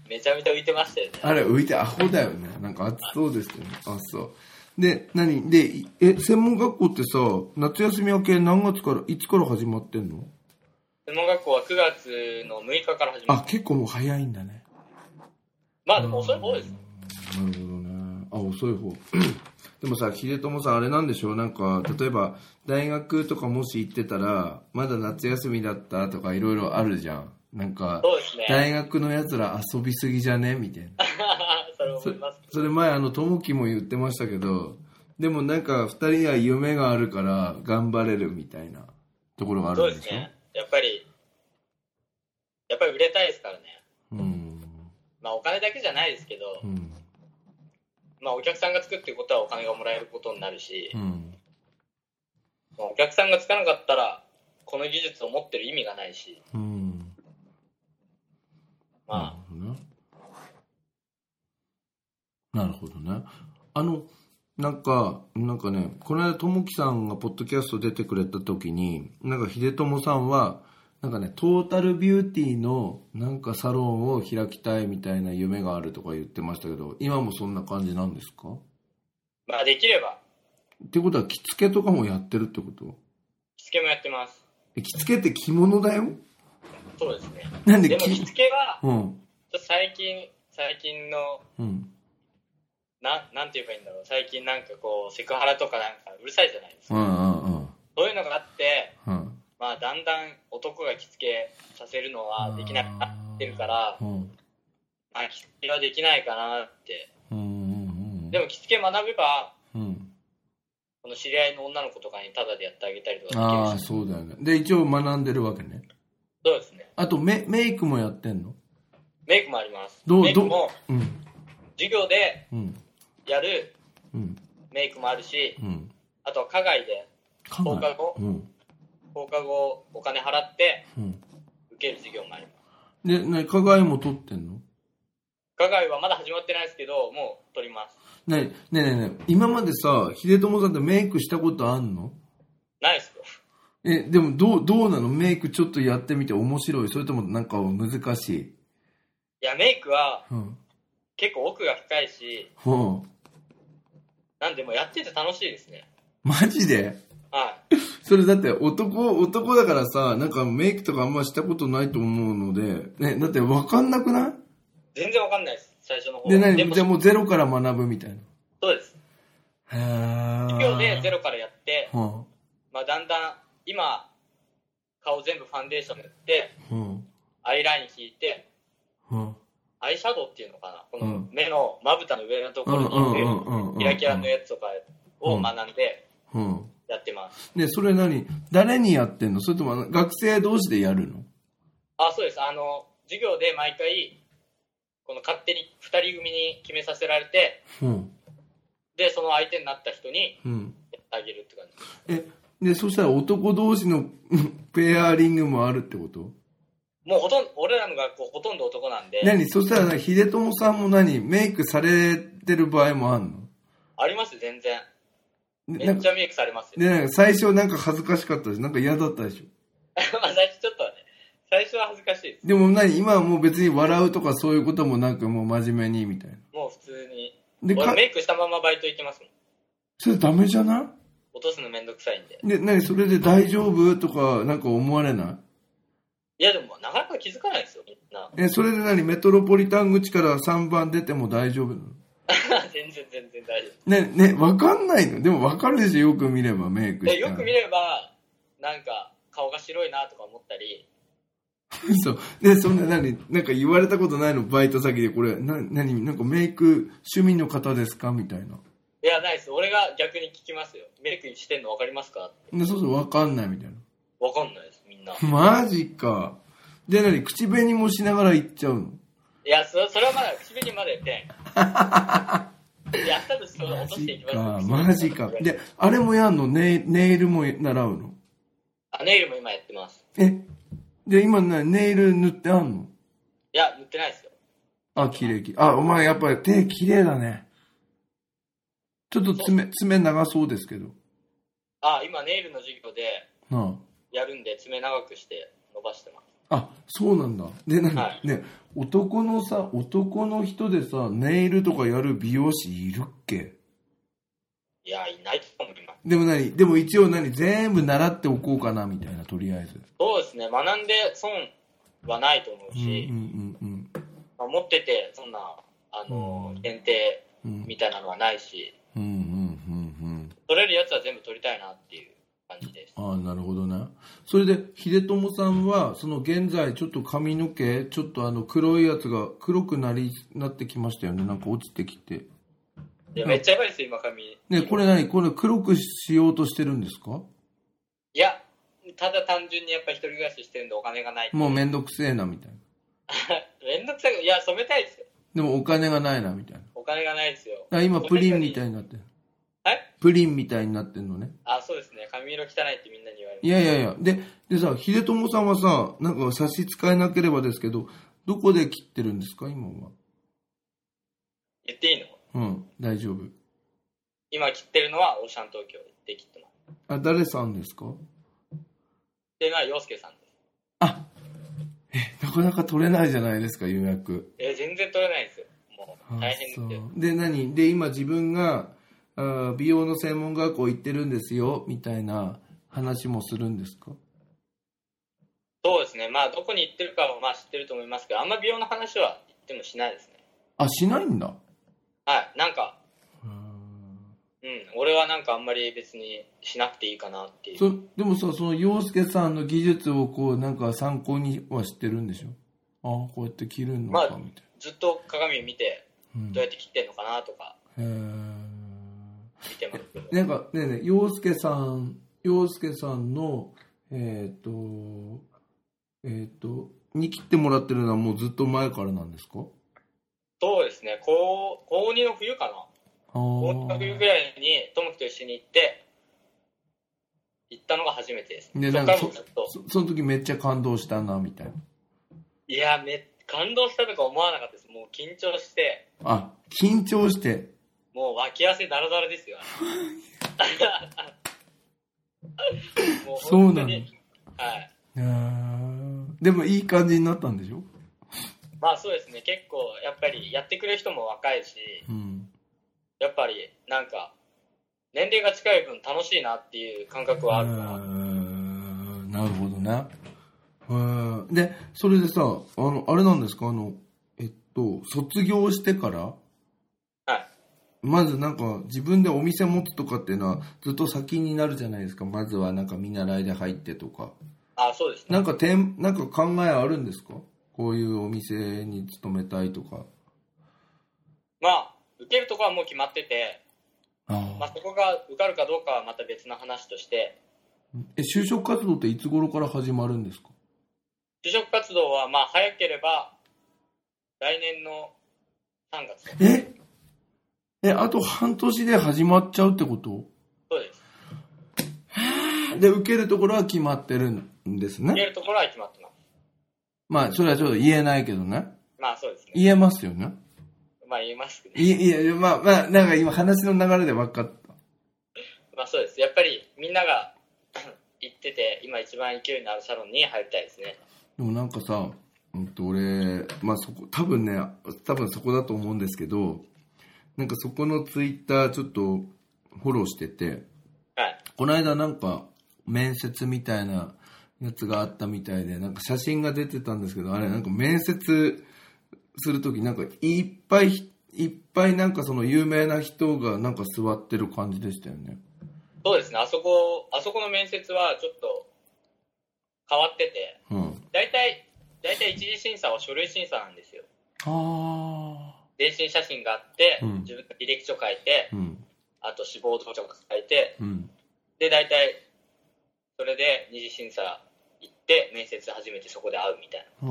めちゃめちゃ浮いてましたよね。あれ、浮いてアホだよね。なんか暑そうですよね。あ、そう。で、何で、いえ、専門学校ってさ、夏休み明け何月から、いつから始まってんの専門学校は9月の6日から始まある。、結構もう早いんだね。まあ、でも遅い方です。なるほどね。あ、遅い方。 でもさ、秀友さん、あれなんでしょうなんか、例えば、大学とかもし行ってたら、まだ夏休みだったとか、いろいろあるじゃん。なんか、そうですね。大学のやつら遊びすぎじゃねみたいな。 それ思そいます。それ前、あの、ともきも言ってましたけど、でもなんか、二人には夢があるから、頑張れるみたいなところがあそうるでんですしょね。やっぱり、やっぱり売れたいですからね。うん。まあ、お金だけじゃないですけどう、ん。まあ、お客さんがつくっていうことはお金がもらえることになるしう、ん。まあお客さんがつかなかったら、この技術を持ってる意味がないし、うん。まあ、なるほどね。なるほどね。あの、なんか、なんかね、この間、ともきさんがポッドキャスト出てくれた時に、なんか、秀友さんは、なんかね、トータルビューティーの、なんかサロンを開きたいみたいな夢があるとか言ってましたけど、今もそんな感じなんですかまあ、できれば、ってことは、着付けとかもやってるってこと着付けもやってます。え着付けって着物だよそうですね。なんででも着着、付けは、うん、ちょっと最近、最近の、うん。ななんて言えばいいんだろう、最近なんかこう、セクハラとかなんかうるさいじゃないですか。うん、うん、うん。そういうのがあって、うん、まあ、だんだん男が着付けさせるのはできなくなってるから、うん、まあ、着付けはできないかなって。うん、うん、でも着付け学べば、うん。うんこの知り合いの女の子とかにタダでやってあげたりとかあできあるし。そうだよねで一応学んでるわけねそうですね。あとメメイクもやってんのメイクもあります。どうメイクもどううん授業でうんやるうんメイクもあるし、うんあとは課外でか放課後うん放課後お金払ってうん受ける授業もあります。でね課外も取ってんの課外はまだ始まってないですけど、もう取ります。ねねねね今までさ秀友さんってメイクしたことあんのないですよ。えでもどうどうなのメイクちょっとやってみて面白いそれともなんか難しいいや、メイクはうん結構奥が深いし、ほうなんでもうやってて楽しいですね。マジではい。それだって男、男だからさ、なんかメイクとかあんましたことないと思うので、ね、だってわかんなくない全然わかんないです、最初の方で、なでにもじゃあもうゼロから学ぶみたいな。そうです。へ授業でゼロからやって、はまあ、だんだん今顔全部ファンデーション塗ってあ、うん、アイライン引いてうん、アイシャドウっていうのかなこうのん目のまぶたの上のとこうん、うろん、にうん、うん、うん。キラキラのやつとかを学んでうん。やってますね、それ何誰にやってんのそれともあの学生同士でやるのあそうですあの授業で毎回この勝手に2人組に決めさせられてうん、でその相手になった人にうん。やってあげるって感じえ、で、そしたら男同士の うんペアリングもあるってこともうほとんど俺らの学校ほとんど男なんで何そしたら、秀友さんも何メイクされてる場合もあんのありますよ全然ねめなっんちか、ゃメイクされますよで、なんか最初なんか恥ずかしかったでしょなんか嫌だったでしょ まあ最初ちょっとね最初は恥ずかしいですでも何今はもう別に笑うとかそういうこともなくもう真面目にみたいな。もう普通にで、俺か、メイクしたままバイト行きますもんそれダメじゃない落とすのめんどくさいんで。で、何それで大丈夫とか、なんか思われない。いや、でも、なかなか気づかないですよ、みんな え、それで何メトロポリタン口から3番出ても大丈夫なの全然全然大丈ね、ね、わかんないのでもわかるでしょよく見ればメイク夫。で、したらよく見れば、なんか、顔が白いなとか思ったり、そう。で、そんな何なんか言われたことないのバイト先でこれ、な、何なんかメイク趣味の方ですかみたいな。いや、ないです。俺が逆に聞きますよ。メイクしてんの分かりますかって。で、そうそう、わかんないみたいな。分かんないです、みんな。い マジか。で、何口紅もしながら行っちゃうのや、そそれはまだ、口紅までペ ン。やったとしても落としていきますか、マジか。で、あれもやんのネイネイルも習うのあ、ネイルも今やってます。えで、今な、ネイル塗ってあんのいや、塗ってないですよ。あ、綺麗綺麗。あ、お前やっぱり手綺麗だね。ちょっと爪、爪長そうですけど。あ、今、ネイルの授業でなあ。やるんで、爪長くして伸ばしてます。あそうなんだでなんか、はいね男のさ男の人でさネイルとかやる美容師いるっけいや、いないと思います。でも何でも一応何全部習っておこうかなみたいなとりあえずそうですね、学んで損はないと思ううんし、うんうんまあ持ってて、そんな、あのう、ん限定うんうんみたいなのはないし、うんうんうんうん取れるやつは全部取りたいなっていう感じです。ああなるほどねそれで秀友さんはその現在ちょっと髪の毛ちょっとあの黒いやつが黒くなりなってきましたよねなんか落ちてきていや、うんめっちゃやばいですよ、今、髪。ねこれ何これ黒くしようとしてるんですかいや、ただ単純にやっぱ一人暮らししてるんでお金がない。もうめんどくせえなみたいな めんどくさい。いや、染めたいですよ。でもお金がないなみたいなお金がないですよ。あ今プリンみたいになってるはいプリンみたいになってんのねあ、そうですね。髪色汚いってみんなに言われますい。やいやいやででさ秀友さんはさなんか差し支えなければですけどどこで切ってるんですか今は言っていいのうん大丈夫今切ってるのはオーシャン東京で切ってます。あ誰さんですかで、まあ、洋介さんです。あえなかなか取れないじゃないですか予約え、全然取れないですよ。もあう、大変ですよ。そうで何で今自分があー美容の専門学校行ってるんですよみたいな話もするんですかそうですね、まあ、どこに行ってるかはまあ知ってると思いますけど、あんま美容の話は言ってもしないですね。あしないんだはい、なんか、うんうん、俺はなんかあんまり別にしなくていいかなっていう。そでもさその洋介さんの技術をこうなんか参考にはしてるんでしょああこうやって着るのまかあみたいずっと鏡見て、な、どうやって切ってんのかなとかうん、見てますけどへえ。なんかねえねえ洋介さん洋介さんのえっ、とえっ、とに切ってもらってるのはもうずっと前からなんですかそうですね、高高2の冬かな。あ高2の冬ぐーらいに、友樹と一緒に行って、行ったのが初めてです。ねそなっんかからもうずっと、そその時めっちゃ感動したなみたいないや、め感動したとか思わなかったです。もう緊張して、あ緊張してもう脇汗だらだらですよ。 も そうなのはい。へえでもいい感じになったんでしょまあそうですね、結構やっぱりやってくれる人も若いし、うんやっぱりなんか、年齢が近い分楽しいなっていう感覚はあるかうーら。んなるほどね。へーで、それでさ、あの、あれなんですか、あの、えっと、卒業してから、はい。まずなんか自分でお店持つとかっていうのはずっと先になるじゃないですか。まずはなんか見習いで入ってとか。あそうですね。なんかてなんか考えあるんですかこういうお店に勤めたいとか。まあ、受けるとこはもう決まってて、まあそこが受かるかどうかはまた別の話として、え、就職活動っていつ頃から始まるんですか就職活動はまあ早ければ、来年の3月とかええ、あと半年で始まっちゃうってことそうです。で、受けるところは決まってるんです受けね。るところは決まってます。まあ、それはちょっと言えないけどね。まあそうですね。言えますよね。まあ言いますけど、い、いや、まあ、まあ、なんか今話の流れで分かった。まあそうです。やっぱりみんなが 行ってて、今一番勢いのあるサロンに入りたいですね。でもなんかさ、うんと俺、まあそこ、多分ね、多分そこだと思うんですけど、なんかそこのツイッターちょっとフォローしてて、はい。この間なんか面接みたいなやつがあったみたいで、なんか写真が出てたんですけど、あれなんか面接するときなんかいっぱいひ、いっぱいなんかその有名な人がなんか座ってる感じでしたよね。そうですね、あそこ、あそこの面接はちょっと変わってて、うん。大体、大体一次審査は書類審査なんですよ。あ全身写真があって、うん自分の履歴書書いて、あ。うん。あと志望動機書書いて、うん。で、大体、それで二次審査行って、面接初めてそこで会うみたいああ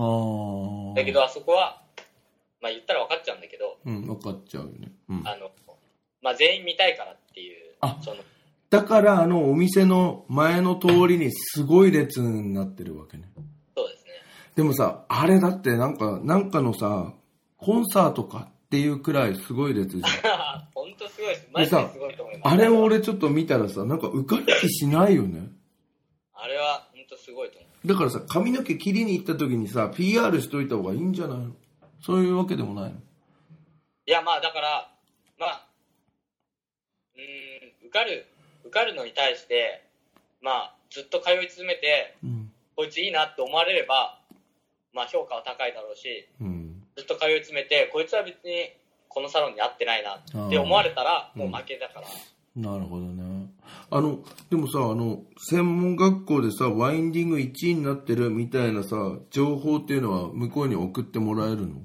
な。。だけど、あそこは、まあ言ったら分かっちゃうんだけど、うん、分かっちゃうよね。うん。あの、まあ全員見たいからっていうあ、その、だから、あの、お店の前の通りにすごい列になってるわけね。そうですね。 でもさ、あれだってなんか、なんかのさ、コンサートかっていうくらいすごい列じゃん。本当すごいです。マジですごいと思います。あれを。俺ちょっと見たらさ、なんか浮かれ気しないよね。あれは本当すごいと思う。だからさ、髪の毛切りに行った時にさ、PR しといた方がいいんじゃないのそういうわけでもないの。いや、まあだから、まあ、うーん、受かる、受かるのに対して、まあ、ずっと通い続めて、うん。こいついいなって思われれば、まあ評価は高いだろうし、うん。ずっと通い詰めて、こいつは別にこのサロンに合ってないなって思われたら、もう負けだから。なるほどね。あの、でもさ、あの、専門学校でさ、ワインディング1位になってるみたいなさ、情報っていうのは向こうに送ってもらえるの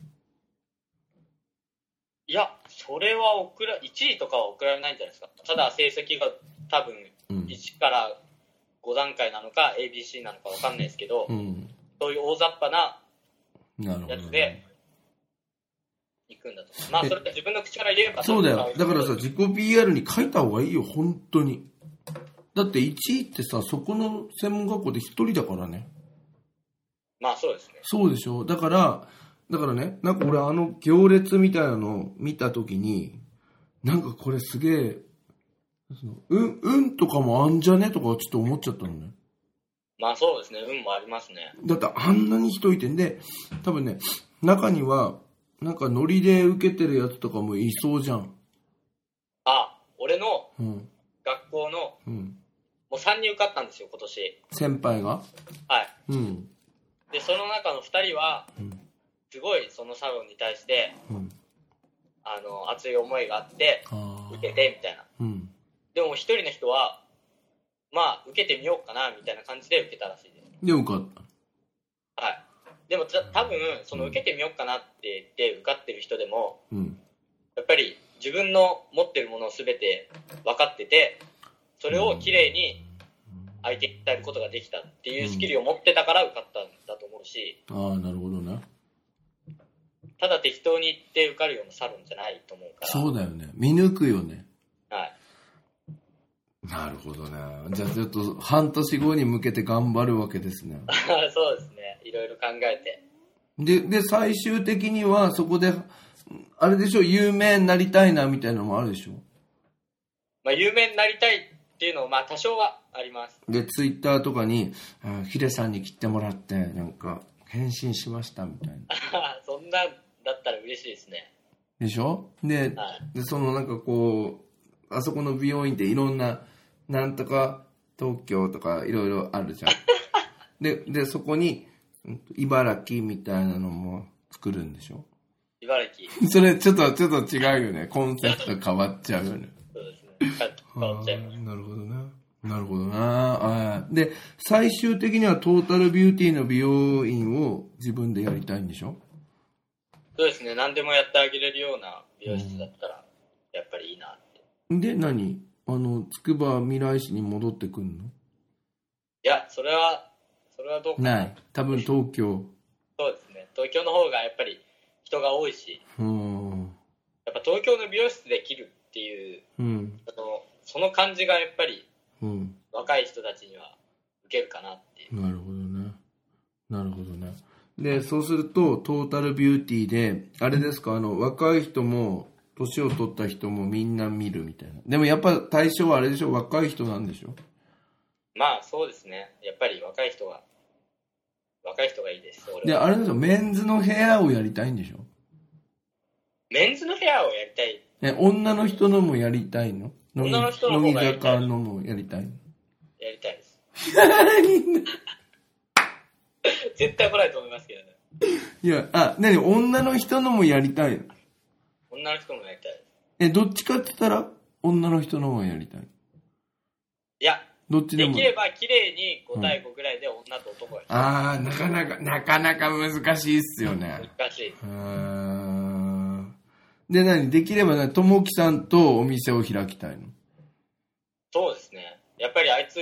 いや、それは送ら、1位とかは送られないんじゃないですか。ただ成績が多分、うん。 1から5段階なのか、ABC なのかわかんないですけど、うん。そういう大雑把ななるほど、やつね。で、行くんだと。まあ、それって自分の口から言えばそうだよ。だからさ、、自己 PR に書いた方がいいよ、本当に。だって1位ってさ、そこの専門学校で1人だからね。まあそうですね。そうでしょだから、だからね、なんか俺あの行列みたいなのを見たときに、なんかこれすげえ、そのうん、うんとかもあんじゃねとかちょっと思っちゃったのね。まあそうですね。運もありますね。だってあんなに人いてんで、多分ね、中には、なんかノリで受けてるやつとかもいそうじゃん。あ、俺のうん、学校の、うん。もう3人受かったんですよ、今年。先輩がはい。うん、で、その中の2人は、うん、すごいそのサロンに対して、うん。あの、熱い思いがあって、あ受けーて、みたいな。うん。でも、一人の人は、まあ、受けてみようかな、みたいな感じで受けたらしいです。で、受かった。はい。でも、た多分その受けてみようかなって言って、受かってる人でも、うん。やっぱり自分の持ってるものを全て分かってて、それを綺麗に相手に伝えることができたっていうスキルを持ってたから受かったんだと思うし、ああ、なるほどね。ただ適当に行って受かるようなサロンじゃないと思うから。そうだよね。見抜くよね。はい。 なるほどね。じゃあちょっと半年後に向けて頑張るわけですね。そうですね。いろいろ考えて。で、で、最終的にはそこで、あれでしょ、有名になりたいなみたいなのもあるでしょ。まあ、有名になりたいっていうのも、まあ、多少はあります。 で、ツイッターとかに、あヒデさんに切ってもらって、なんか、返信しましたみたいな。そんなんだったら嬉しいですね。でしょで、はい。でそのなんかこうあそこの美容院っていろんななんとか東京とかいろいろあ るじゃんででそこにうん茨城みたいなのも作るんでしょ茨城。それちょっとちょっと違うよねコンセプト変わっちゃうよねそうですね。ちょっと変わっちゃいます。なるほどななるほどなあーで最終的にはトータルビューティーの美容院を自分でやりたいんでしょそうですね。何でもやってあげれるような美容室だったら、やっぱりいいなって。で何あの筑波未来市に戻ってくんのいや、それは、それはどうかな。ない多分東京そうですね。東京の方がやっぱり人が多いし、うんやっぱ東京の美容室で切るっていう、うん。その、その感じがやっぱりうん。若い人たちには受けるかなっていう。なるほどね。なるほどね。で、そうすると、トータルビューティーで、あれですか、あの、若い人も、年を取った人もみんな見るみたいな。でもやっぱ対象はあれでしょ若い人なんでしょまあそうですね。やっぱり若い人が、若い人がいいです。俺で、はあれでしょメンズのヘアをやりたいんでしょメンズのヘアをやりたい。え、女の人のもやりたいの女の人の乃方木がやりたい坂のもやりたいの やりたいです。みんな。絶対来ないと思いますけどね。いや、あ、なに、女の人のもやりたいの女の人もやりたいです。え、どっちかって言ったら、女の人の方がやりたい。いや、どっちででもき。れば綺麗に5対5ぐらいで女と男がやあー、なかなか、なかなか難しいっすよるね。難しい。うーん。で、なに、できればね、ともきさんとお店を開きたいの。そうですね。やっぱりあいつ、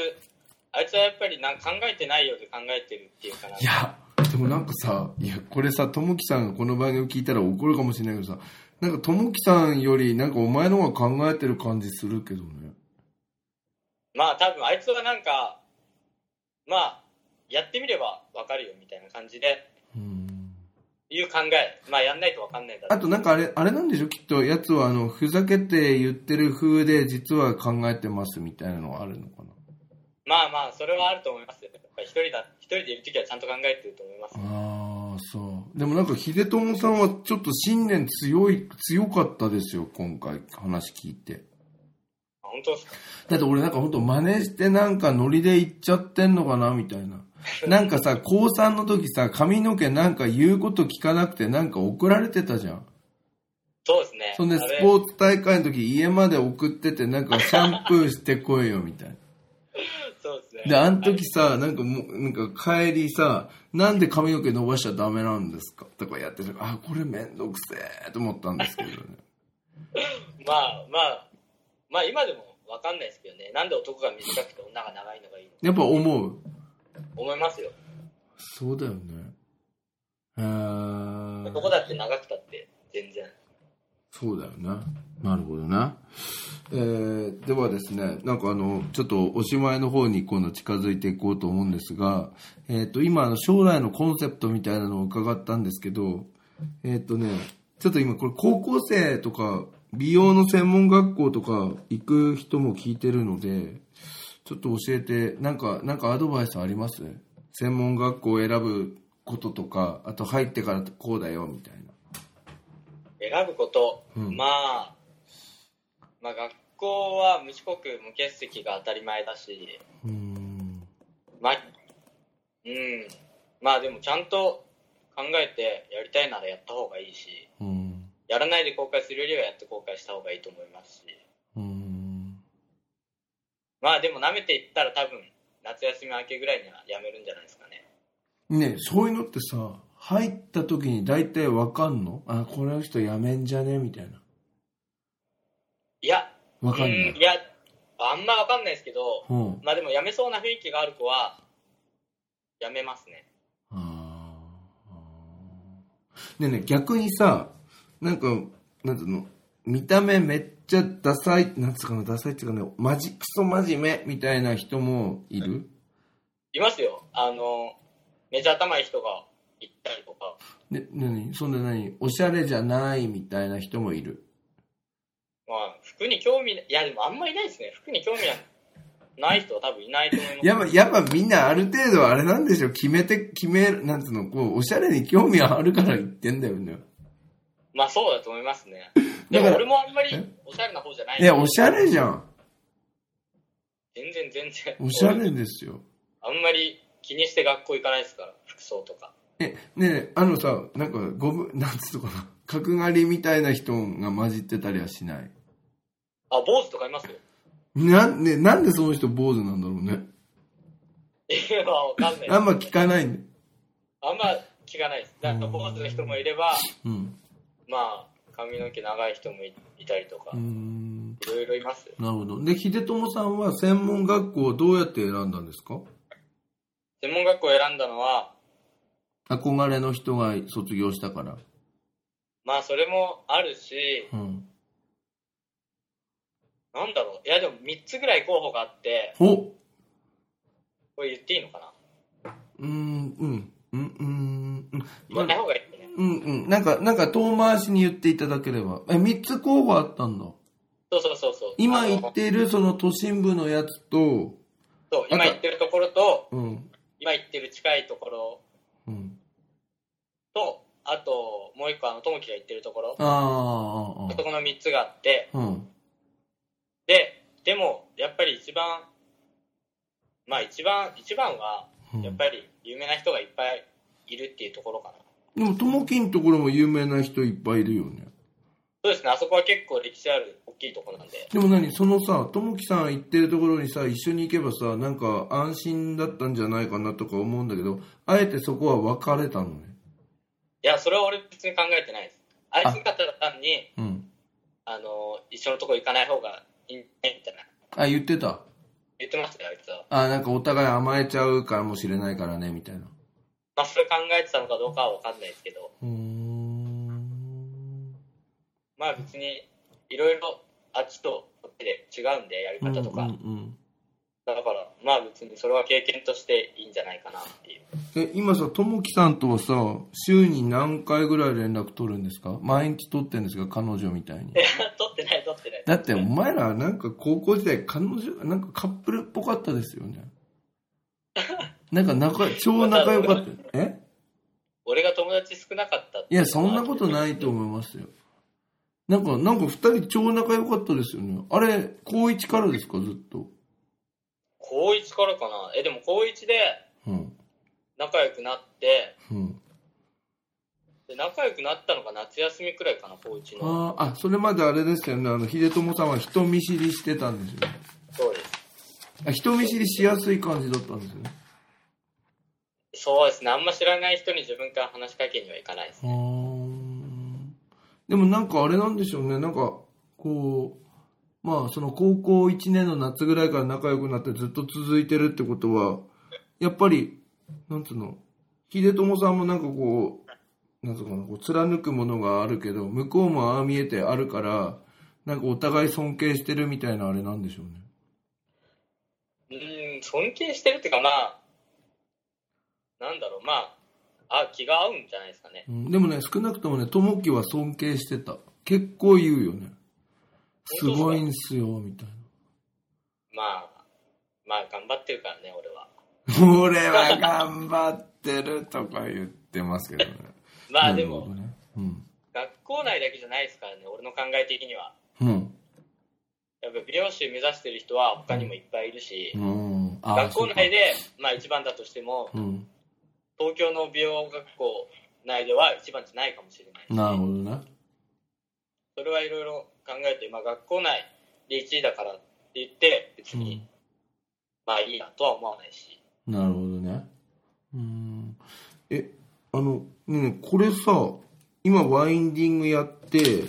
あいつはやっぱりなんか考えてないようで考えてるっていうかな。いや、でもなんかさ、いや、これさ、ともきさんがこの番組を聞いたら怒るかもしれないけどさ、なんかともきさんより、なんかお前の方が考えてる感じするけどね。まあ多分あいつはなんか、まあ、やってみればわかるよみたいな感じで、うん。いう考え。まあやんないとわかんないんだろあうとなんかあれ、あれなんでしょきっと、やつはあの、ふざけて言ってる風で、実は考えてますみたいなのはあるのかな。まあまあ、それはあると思いますよ。やっぱり一人だ、一人でいるときはちゃんと考えてると思います。ああ、そう。でもなんか、秀友さんはちょっと信念強い、強かったですよ、今回、話聞いて。あ本当ですかだって俺なんかほんと真似してなんかノリで行っちゃってんのかなみたい な。なんかさ、高3の時さ、髪の毛なんか言うこと聞かなくてなんか怒られてたじゃん。そうですね。そんであれスポーツ大会の時家まで送っててなんかシャンプーしてこいよみたいな。そうですね。で、あの時さ、なんかもう、なんか帰りさ、なんで髪の毛伸ばしちゃダメなんですかとかやってるあ、これめんどくせえと思ったんですけどね。まあまあ、まあ今でもわかんないですけどね。なんで男が短くて女が長いのがいいのやっぱ思う思いますよ。そうだよね。えー。男だって長くたって、全然。そうだよね。なるほどね。えーではですね、なんかあの、ちょっとおしまいの方に今度近づいていこうと思うんですが、えっ、と、今あの、将来のコンセプトみたいなのを伺ったんですけど、えっ、とね、ちょっと今これ高校生とか、美容の専門学校とか行く人も聞いてるので、ちょっと教えて、なんか、なんかアドバイスあります専門学校を選ぶこととか、あと入ってからこうだよ、みたいな。選ぶこと、うんまあ、まあ学校は無遅刻、無欠席が当たり前だし、うーん。まあ、うん。まあでもちゃんと考えてやりたいならやった方がいいし、うん。やらないで後悔するよりはやって後悔した方がいいと思いますし、うーんまあでも舐めていったら多分夏休み明けぐらいにはやめるんじゃないですかね。ねえそういうのってさ入った時に大体わかんのあこの人やめんじゃねみたいないや、わかんなうんいいや、あんまわかんないですけど、うんまあでも辞めそうな雰囲気がある子は、辞めますね。あーねえねえ逆にさなんかなんていうの見た目めっちゃダサいなんつうかなダサいっていうかねマジクソ真面目みたいな人もいる、いますよ。あの、めっちゃ頭いい人が行ったりとか。ね何そんで何おしゃれじゃないみたいな人もいるまあ、服に興味な、いやでもあんまいないですね。服に興味なない人は多分いないと思います。やっぱ、やっぱみんなある程度あれなんでしょ決めて、決める、なんつうの、こう、おしゃれに興味あるから言ってんだよね。まあそうだと思います ね。でだからも俺もあんまりえおしゃれな方じゃない。いや、おしゃれじゃん。全然全然。おしゃれ俺ですよ。あんまり気にして学校行かないですから、服装とか。え、ねえ、あのさ、なんか、ゴム、なんつうのかな、角刈りみたいな人が混じってたりはしない。あ、坊主とかいますよ。 なん、ね、なんでその人坊主なんだろうね。いや、わかんない。あんま聞かないね。あんま聞かないです。だから坊主の人もいれば、うん。まあ、髪の毛長い人もいいたりとかうー、ん。いろいろいますよ。なるほど。で、秀友さんは専門学校をどうやって選んだんですか専門学校を選んだのは、憧れの人が卒業したから。まあそれもあるし、うん。なんだろう。いやでも3つぐらい候補があって、おこれ言っていいのかなうーん、うん、うん、うん、うん言わない方がいいよね。うん、うん、なんか、なんか遠回しに言っていただければ。え、三つ候補あったんだ。そうそうそうそう。今あ言のっているその都心部のやつと、そう、あ今と言ってるところと、うん、今言ってる近いところうん。と、あと、もう一個、あの、ともきが言ってるところ、ああ、あそこの3つがあって、あ、うん。で、でも、やっぱり一番、まあ一番、一番は、うんやっぱり有名な人がいっぱいいるっていうところかな。でも、ともきんところも有名な人いっぱいいるよね。そうですね、あそこは結構歴史ある大きいところなんで。でも何そのさ、ともきさん行ってるところにさ、一緒に行けばさ、なんか安心だったんじゃないかなとか思うんだけど、あえてそこは別れたのね。いや、それは俺別に考えてないです。あいつの方が単に、うん。あの、一緒のとこ行かない方がいいね、みたいな。あ、言ってた。言ってましたよ、あいつは。あ、なんかお互い甘えちゃうかもしれないからね、みたいな。まあ、それ考えてたのかどうかは分かんないですけど、うーん。まあ別に、いろいろあっちとこっちで違うんで、やり方とか。うんうんうんだから、まあ別にそれは経験としていいんじゃないかなっていう。 え、今さ、ともきさんとはさ、週に何回ぐらい連絡取るんですか毎日取ってんですか彼女みたいにい。や、取ってない、取ってない。だってお前らなんか高校時代彼女、なんかカップルっぽかったですよね。なんか仲、超仲良かった。え俺が友達少なかったっていや、そんなことないとうの思いますよ。なんか、なんか二人超仲良かったですよね。あれ、高一からですかずっと。はある。高1からかな。え、でも高1でうん。仲良くなって、うん。で仲良くなったのが夏休みくらいかな、高1の。あーあ、それまであれですよね。あの、秀友さんは人見知りしてたんですよね。そうです。あ人見知りしやすい感じだったんですよね。そうですね、あんま知らない人に自分から話しかけにはいかないですうね。ーんでもなんかあれなんでしょうね。なんか、こう、まあその高校1年の夏ぐらいから仲良くなってずっと続いてるってことは、やっぱり、なんつうの、秀友さんもなんかこう、なんつうのかな、こう貫くものがあるけど、向こうもああ見えてあるから、なんかお互い尊敬してるみたいなあれなんでしょうね。うーん、尊敬してるっていうか、まあ、なんだろう、まあ、あ、気が合うんじゃないですかね。うん、でもね、少なくともね、友樹は尊敬してた。結構言うよね。すごいんすよ、みたいな。まあ、まあ、頑張ってるからね、俺は。俺は頑張ってるとか言ってますけどね。ま あ、でなも、るほどね。学校内だけじゃないですからね、俺の考え的には。うん。やっぱ美容師目指してる人は他にもいっぱいいるしう、ん。うん。あ学校内で。で、まあ一番だとしても、うん。東京の美容学校内では一番じゃないかもしれないですねなるほどね。それはいろいろ考えて、まあ学校内で1位だからって言って、別に、うんまあいいなとは思わないし。なるほどね。うん。え、あの、ねえこれさ、今ワインディングやって、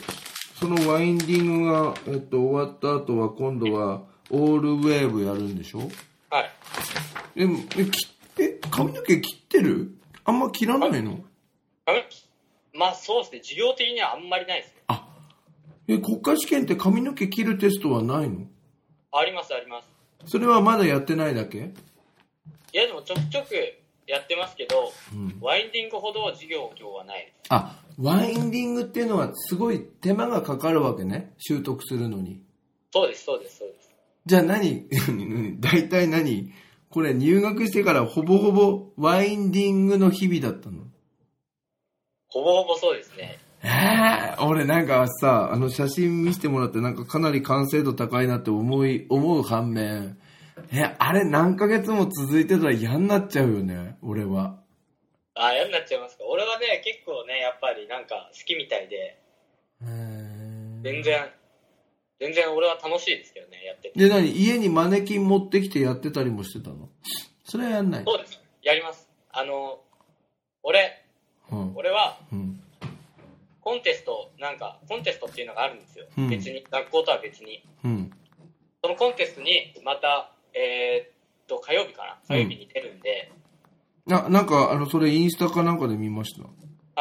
そのワインディングが、えっと、終わった後は今度はオールウェーブやるんでしょはい。でも、え、切って、髪の毛切ってるあんま切らないの髪まあそうですね、授業的にはあんまりないですね。え、国家試験って髪の毛切るテストはないのありますあります。それはまだやってないだけいやでもちょくちょくやってますけど、うん。ワインディングほど授業量はないです。あ、ワインディングっていうのはすごい手間がかかるわけね。習得するのに。そうです、そうです、そうです。じゃあ何 何大体何これ入学してからほぼほぼワインディングの日々だったのほぼほぼそうですね。えー、俺なんかさ、あの写真見せてもらってなんかかなり完成度高いなって思い、思う反面、え、あれ何ヶ月も続いてたら嫌になっちゃうよね、俺は。ああ、嫌になっちゃいますか。俺はね、結構ね、やっぱりなんか好きみたいで、へー全然、全然俺は楽しいですけどね、やってて。で、何家にマネキン持ってきてやってたりもしてたのそれはやんない。そうです。やります。あの、俺、うん。俺はうん。コンテスト、なんか、コンテストっていうのがあるんですよ。うん別に、学校とは別に。うん。そのコンテストに、また、えーっと、火曜日かな火曜日に出るんで、な、なんか、あの、それインスタかなんかで見ました。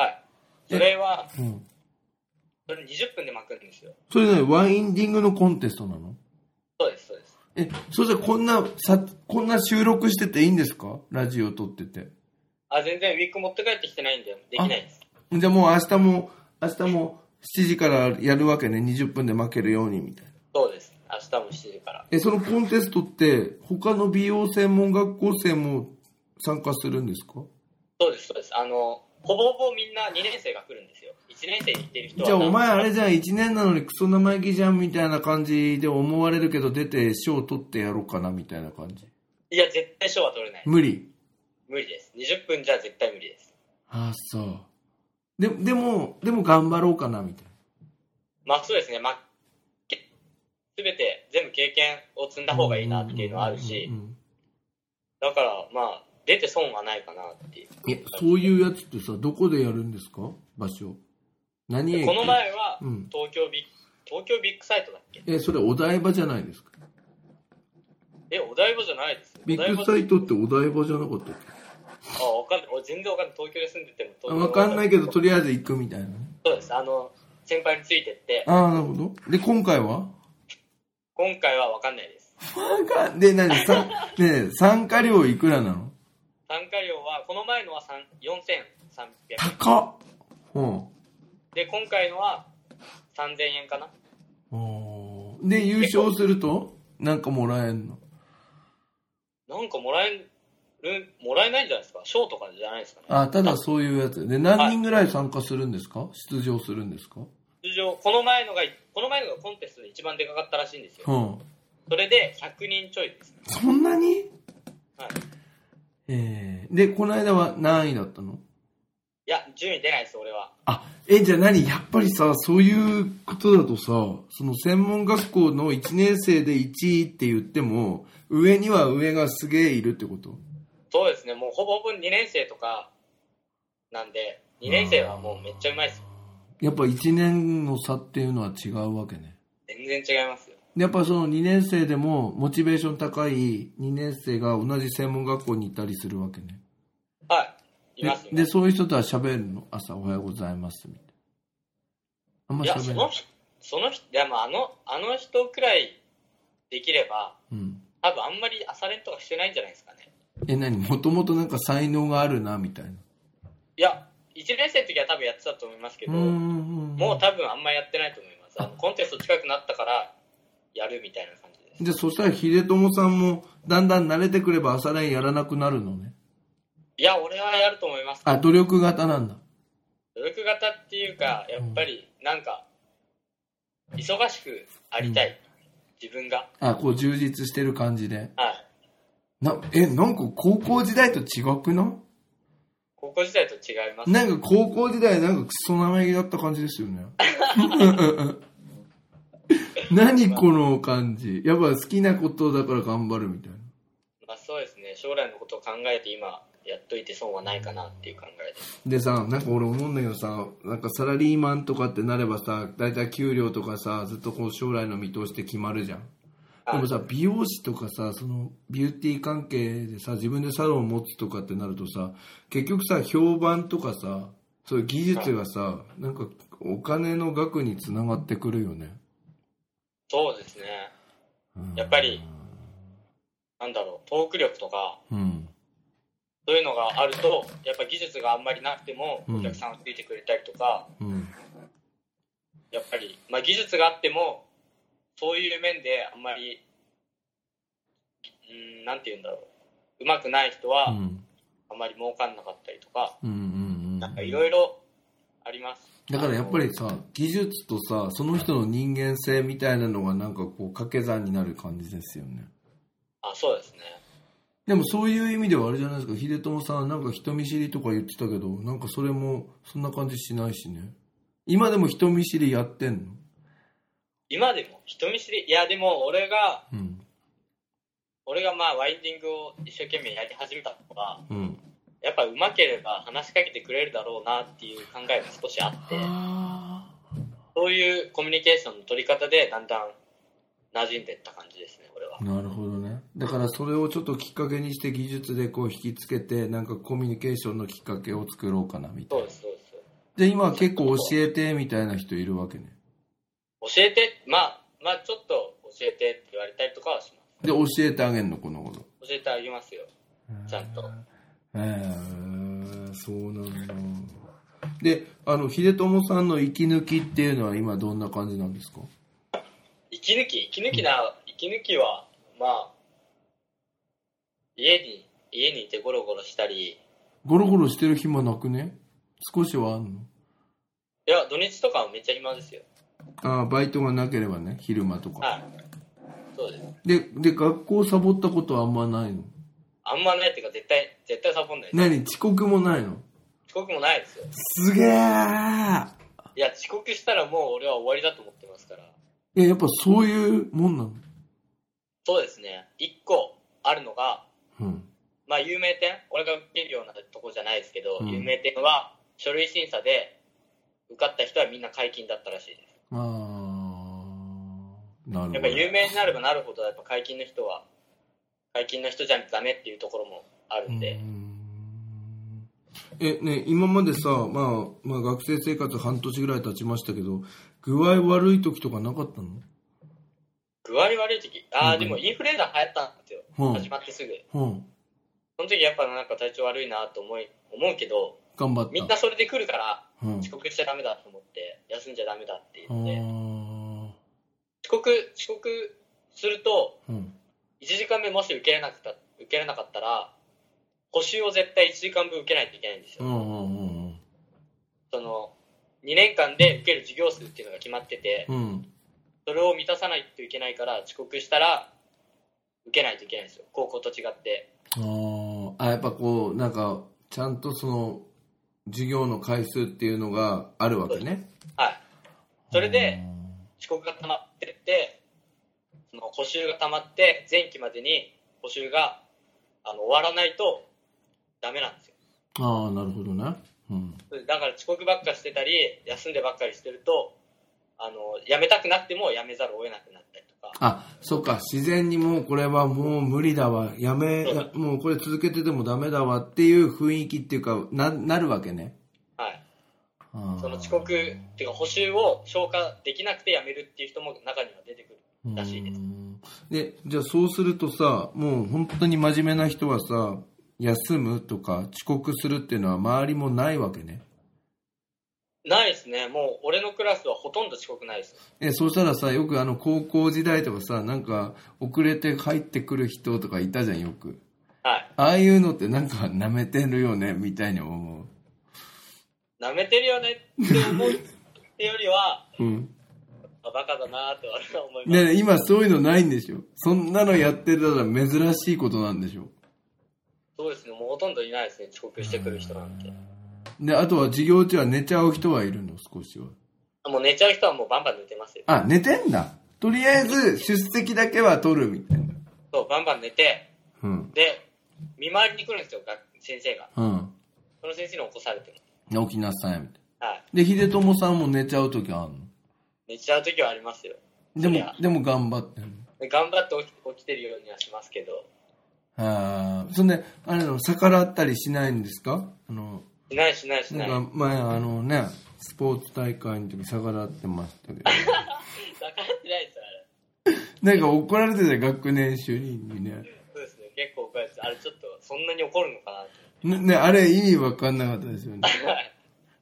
はい。それは、うん。それ20分で巻くんですよ。それね、ワインディングのコンテストなのそうです、そうです。え、そしたらこんな、さ、こんな収録してていいんですかラジオ撮ってて。あ、全然ウィーク持って帰ってきてないんで、できないです。じゃあもう明日も、明日も7時からやるわけね。20分で負けるようにみたいな。そうです。明日も7時から。え、そのコンテストって、他の美容専門学校生も参加するんですかそうです、そうです。あの、ほぼほぼみんな2年生が来るんですよ。1年生に行ってる人は。じゃあお前あれじゃん、1年なのにクソ生意気じゃんみたいな感じで思われるけど出て賞取ってやろうかなみたいな感じ。いや、絶対賞は取れない。無理。無理です。20分じゃ絶対無理です。ああ、そう。で、でも、でも頑張ろうかな、みたいまあそうですね、まあ、すべて全部経験を積んだな。方がいいなっていうのはあるしうん、うんうんだからまあ、出て損はないかなっていう。うん。え、そういうやつってさ、どこでやるんですか場所。何駅この前はうん東京ビッグ、東京ビッグサイトだっけえ、それお台場じゃないですか。え、お台場じゃないです。ビッグサイトってお台場じゃなかったっけあ、わかんない。俺全然わかんない。東京で住んでても東あ京わかんないけど、そとりあえず行くみたいな。うです。あの、先輩についてって、ああ、なるほど。で、今回は今回はわかんないです。なんか、で、何 さ、ねえ参加料いくらなの参加料は、この前のは三4300円。高っうん。で、今回のは3000円かな。おーで、優勝すると、なんかもらえんの。なんかもらえる、もらえないんじゃないですか。賞とかじゃないですかね。あ、ただそういうやつ。で、何人ぐらい参加するんですか出場するんですか通常、この前のが、この前のがコンテストで一番でかかったらしいんですよ。うん。それで100人ちょいですね。そんなにはい。えー、で、この間は何位だったのいや、順位出ないです、俺は。あ、え、じゃあ何やっぱりさ、そういうことだとさ、その専門学校の1年生で1位って言っても、上には上がすげえいるってことそうですね、もうほぼほぼ2年生とかなんで、2年生はもうめっちゃうまいですよ。やっぱ1年の差っていうのは違うわけね。全然違いますよ。やっぱその2年生でもモチベーション高い2年生が同じ専門学校にいたりするわけね。はい、いますいで、まですそういう人とは喋るの朝おはようございますみたいな。あんまいや、そ喋のる。人、その人、いや、まあ、あの、あの人くらいできれば、うん。多分あんまり朝練とかしてないんじゃないですかね。え、何もともとなんか才能があるなみたいな。いや、1年生の時は多分やってたと思いますけど、うんうん。もう多分あんまやってないと思います。あのコンテスト近くなったから、やるみたいな感じです。うん。で、そしたら秀友さんもだんだん慣れてくれば朝練やらなくなるのね。いや、俺はやると思います。あ、努力型なんだ。努力型っていうか、やっぱり、なんか、忙しくありたい。自分が。あ、こう充実してる感じで。はい。な、え、なんか高校時代と違くない高校時代と違います。なんか高校時代なんかクソ生意気だった感じですよね。 何この感じ。やっぱ好きなことだから頑張るみたいな。まあそうですね。将来のことを考えて今、やっといて損はないかなっていう考えです。でさ、なんか俺思うんだけどさ、なんかサラリーマンとかってなればさ、だいたい給料とかさ、ずっとこう将来の見通しって決まるじゃん。でもはいさ、美容師とかさ、そのビューティー関係でさ、自分でサロンを持つとかってなるとさ、結局さ、評判とかさ、そういう技術がさ、なんかお金の額につながってくるよね。そうですね。やっぱり、なんだろう、トーク力とか、うん。そういうのがあると、やっぱ技術があんまりなくても、お客さんがついてくれたりとか、うん。やっぱり、まあ、技術があってもそういう面であんまりうんなんて言うんだろううまくない人うはん。あんまり儲かんなかったりとか、うん。うん。なんかいろいろありますだからやっぱりさ、技術とさ、その人の人間性みたいなのがなんかこう掛け算になる感じですよね。あそうですねでもそういう意味ではあれじゃないですか、秀友さんなんか人見知りとか言ってたけど、なんかそれもそんな感じしないしね。今でも人見知りやってんの今でも人見知りいやでも俺がうん。俺がまあワインディングを一生懸命やり始めたのはうん。やっぱうまければ話しかけてくれるだろうなっていう考えが少しあってあそういうコミュニケーションの取り方でだんだん馴染んでった感じですね俺はーなるほどね。だからそれをちょっときっかけにして技術でこう引きつけて、なんかコミュニケーションのきっかけを作ろうかなみたいそうなで。すそうですで、今は結構教えてみたいな人いるわけね。教えて、まあ、まあちょっと教えてって言われたりとかはしまで、教えてあげんの、この頃。す。教えてあげますよ。ちゃんと。えー、そうなんだ。で、あの、秀友さんの息抜きっていうのは今どんな感じなんですか息抜き、息抜きな、息抜きは、まあ、家に、家にいてゴロゴロしたり、ゴロゴロしてる暇なくね少しはあんのいや、土日とかはめっちゃ暇ですよ。あーバイトがなければね、昼間とか。はい。そうです。で、で、学校サボったことはあんまないのあんまないっていうか、絶対、絶対サボんない。何遅刻もないの遅刻もないですよ。すげえいや、いや、遅刻したらもう俺は終わりだと思ってますから。やっぱそういうもんなのそうですね。一個あるのが、うん。まあ、有名店、俺が受けるようなとこじゃないですけど、うん有名店は書類審査で受かった人はみんな解禁だったらしいです。あー、なるほど。やっぱ有名になればなるほど、やっぱ解禁の人は、解禁の人じゃダメっていうところもあるんで、うんえ、ね、今までさ、まあ、まあ学生生活半年ぐらい経ちましたけど、具合悪い時とかなかったの具合悪い時、うああ、んでもインフルエンザ流行ったんですよ。うん始まってすぐ。うん。その時やっぱなんか体調悪いなと思い、思うけど、頑張った。みんなそれで来るから、うん。遅刻しちゃダメだと思って、休んじゃダメだってあ言って、ー遅刻、遅刻すると、うん。 1時間目もし受けれなくた受けれなかったら補習を絶対1時間分受けないといけないんですうよ、んうんうんその2年間で受ける授業数っていうのが決まっててうん。うん。それを満たさないといけないから遅刻したら受けないといけないんですよ高校と違ってあーあ、やっぱこう、なんか、ちゃんとその、授業の回数っていうのがあるわけね。はいそれで遅刻が溜まってってその補習が溜まって前期までに補習があの終わらないとダメなんですよあー。ああ、なるほどね。うん。だから遅刻ばっかしてたり休んでばっかりしてるとあの辞めたくなっても辞めざるを得なくなったりとかあ、そっか、自然にもうこれはもう無理だわ、やめ、そうやもうこれ続けててもダメだわっていう雰囲気っていうか、な、なるわけね。はい、あーその遅刻っていうか補習を消化できなくてやめるっていう人も中には出てくるらしいですうんで、じゃあそうするとさ、もう本当に真面目な人はさ、休むとか遅刻するっていうのは周りもないわけね。ないですねもう俺のクラスはほとんど遅刻ないですえ、そうしたらさ、よくあの高校時代とかさ、なんか遅れて帰ってくる人とかいたじゃん、よく。はいああいうのってなんか舐めてるよね、みたいに思なめてるよねって思うってよりはう。うん。あバカだなーとは思います、ねえ今そういうのないんでしょそんなのやってたら珍しいことなんでしょそうですねもうほとんどいないですね遅刻してくる人なんてで、あとは授業中は寝ちゃう人はいるの、少しは。もう寝ちゃう人はもうバンバン寝てますよあ、寝てんだ。とりあえず出席だけは取るみたいな。そうバンバン寝てうん。で見回りに来るんですよ学先生がうん。その先生に起こされてもで起きなさい、みたいはいな。で、秀友さんも寝ちゃう時あんの寝ちゃう時はありますよでそりもゃ、でも頑張ってんの。で頑張って起き起きてるようにはしますけどあーそんで、あれの、逆らったりしないんですかあの、しないしないしないなんか前、あのね、スポーツ大会の時逆らってましたけど。逆らってないですよあれなんか怒られてたよ学年主任にね。そうですね結構怒られてあれちょっとそんなに怒るのかなってね、ねあれ意味わかんなかったですよね。はい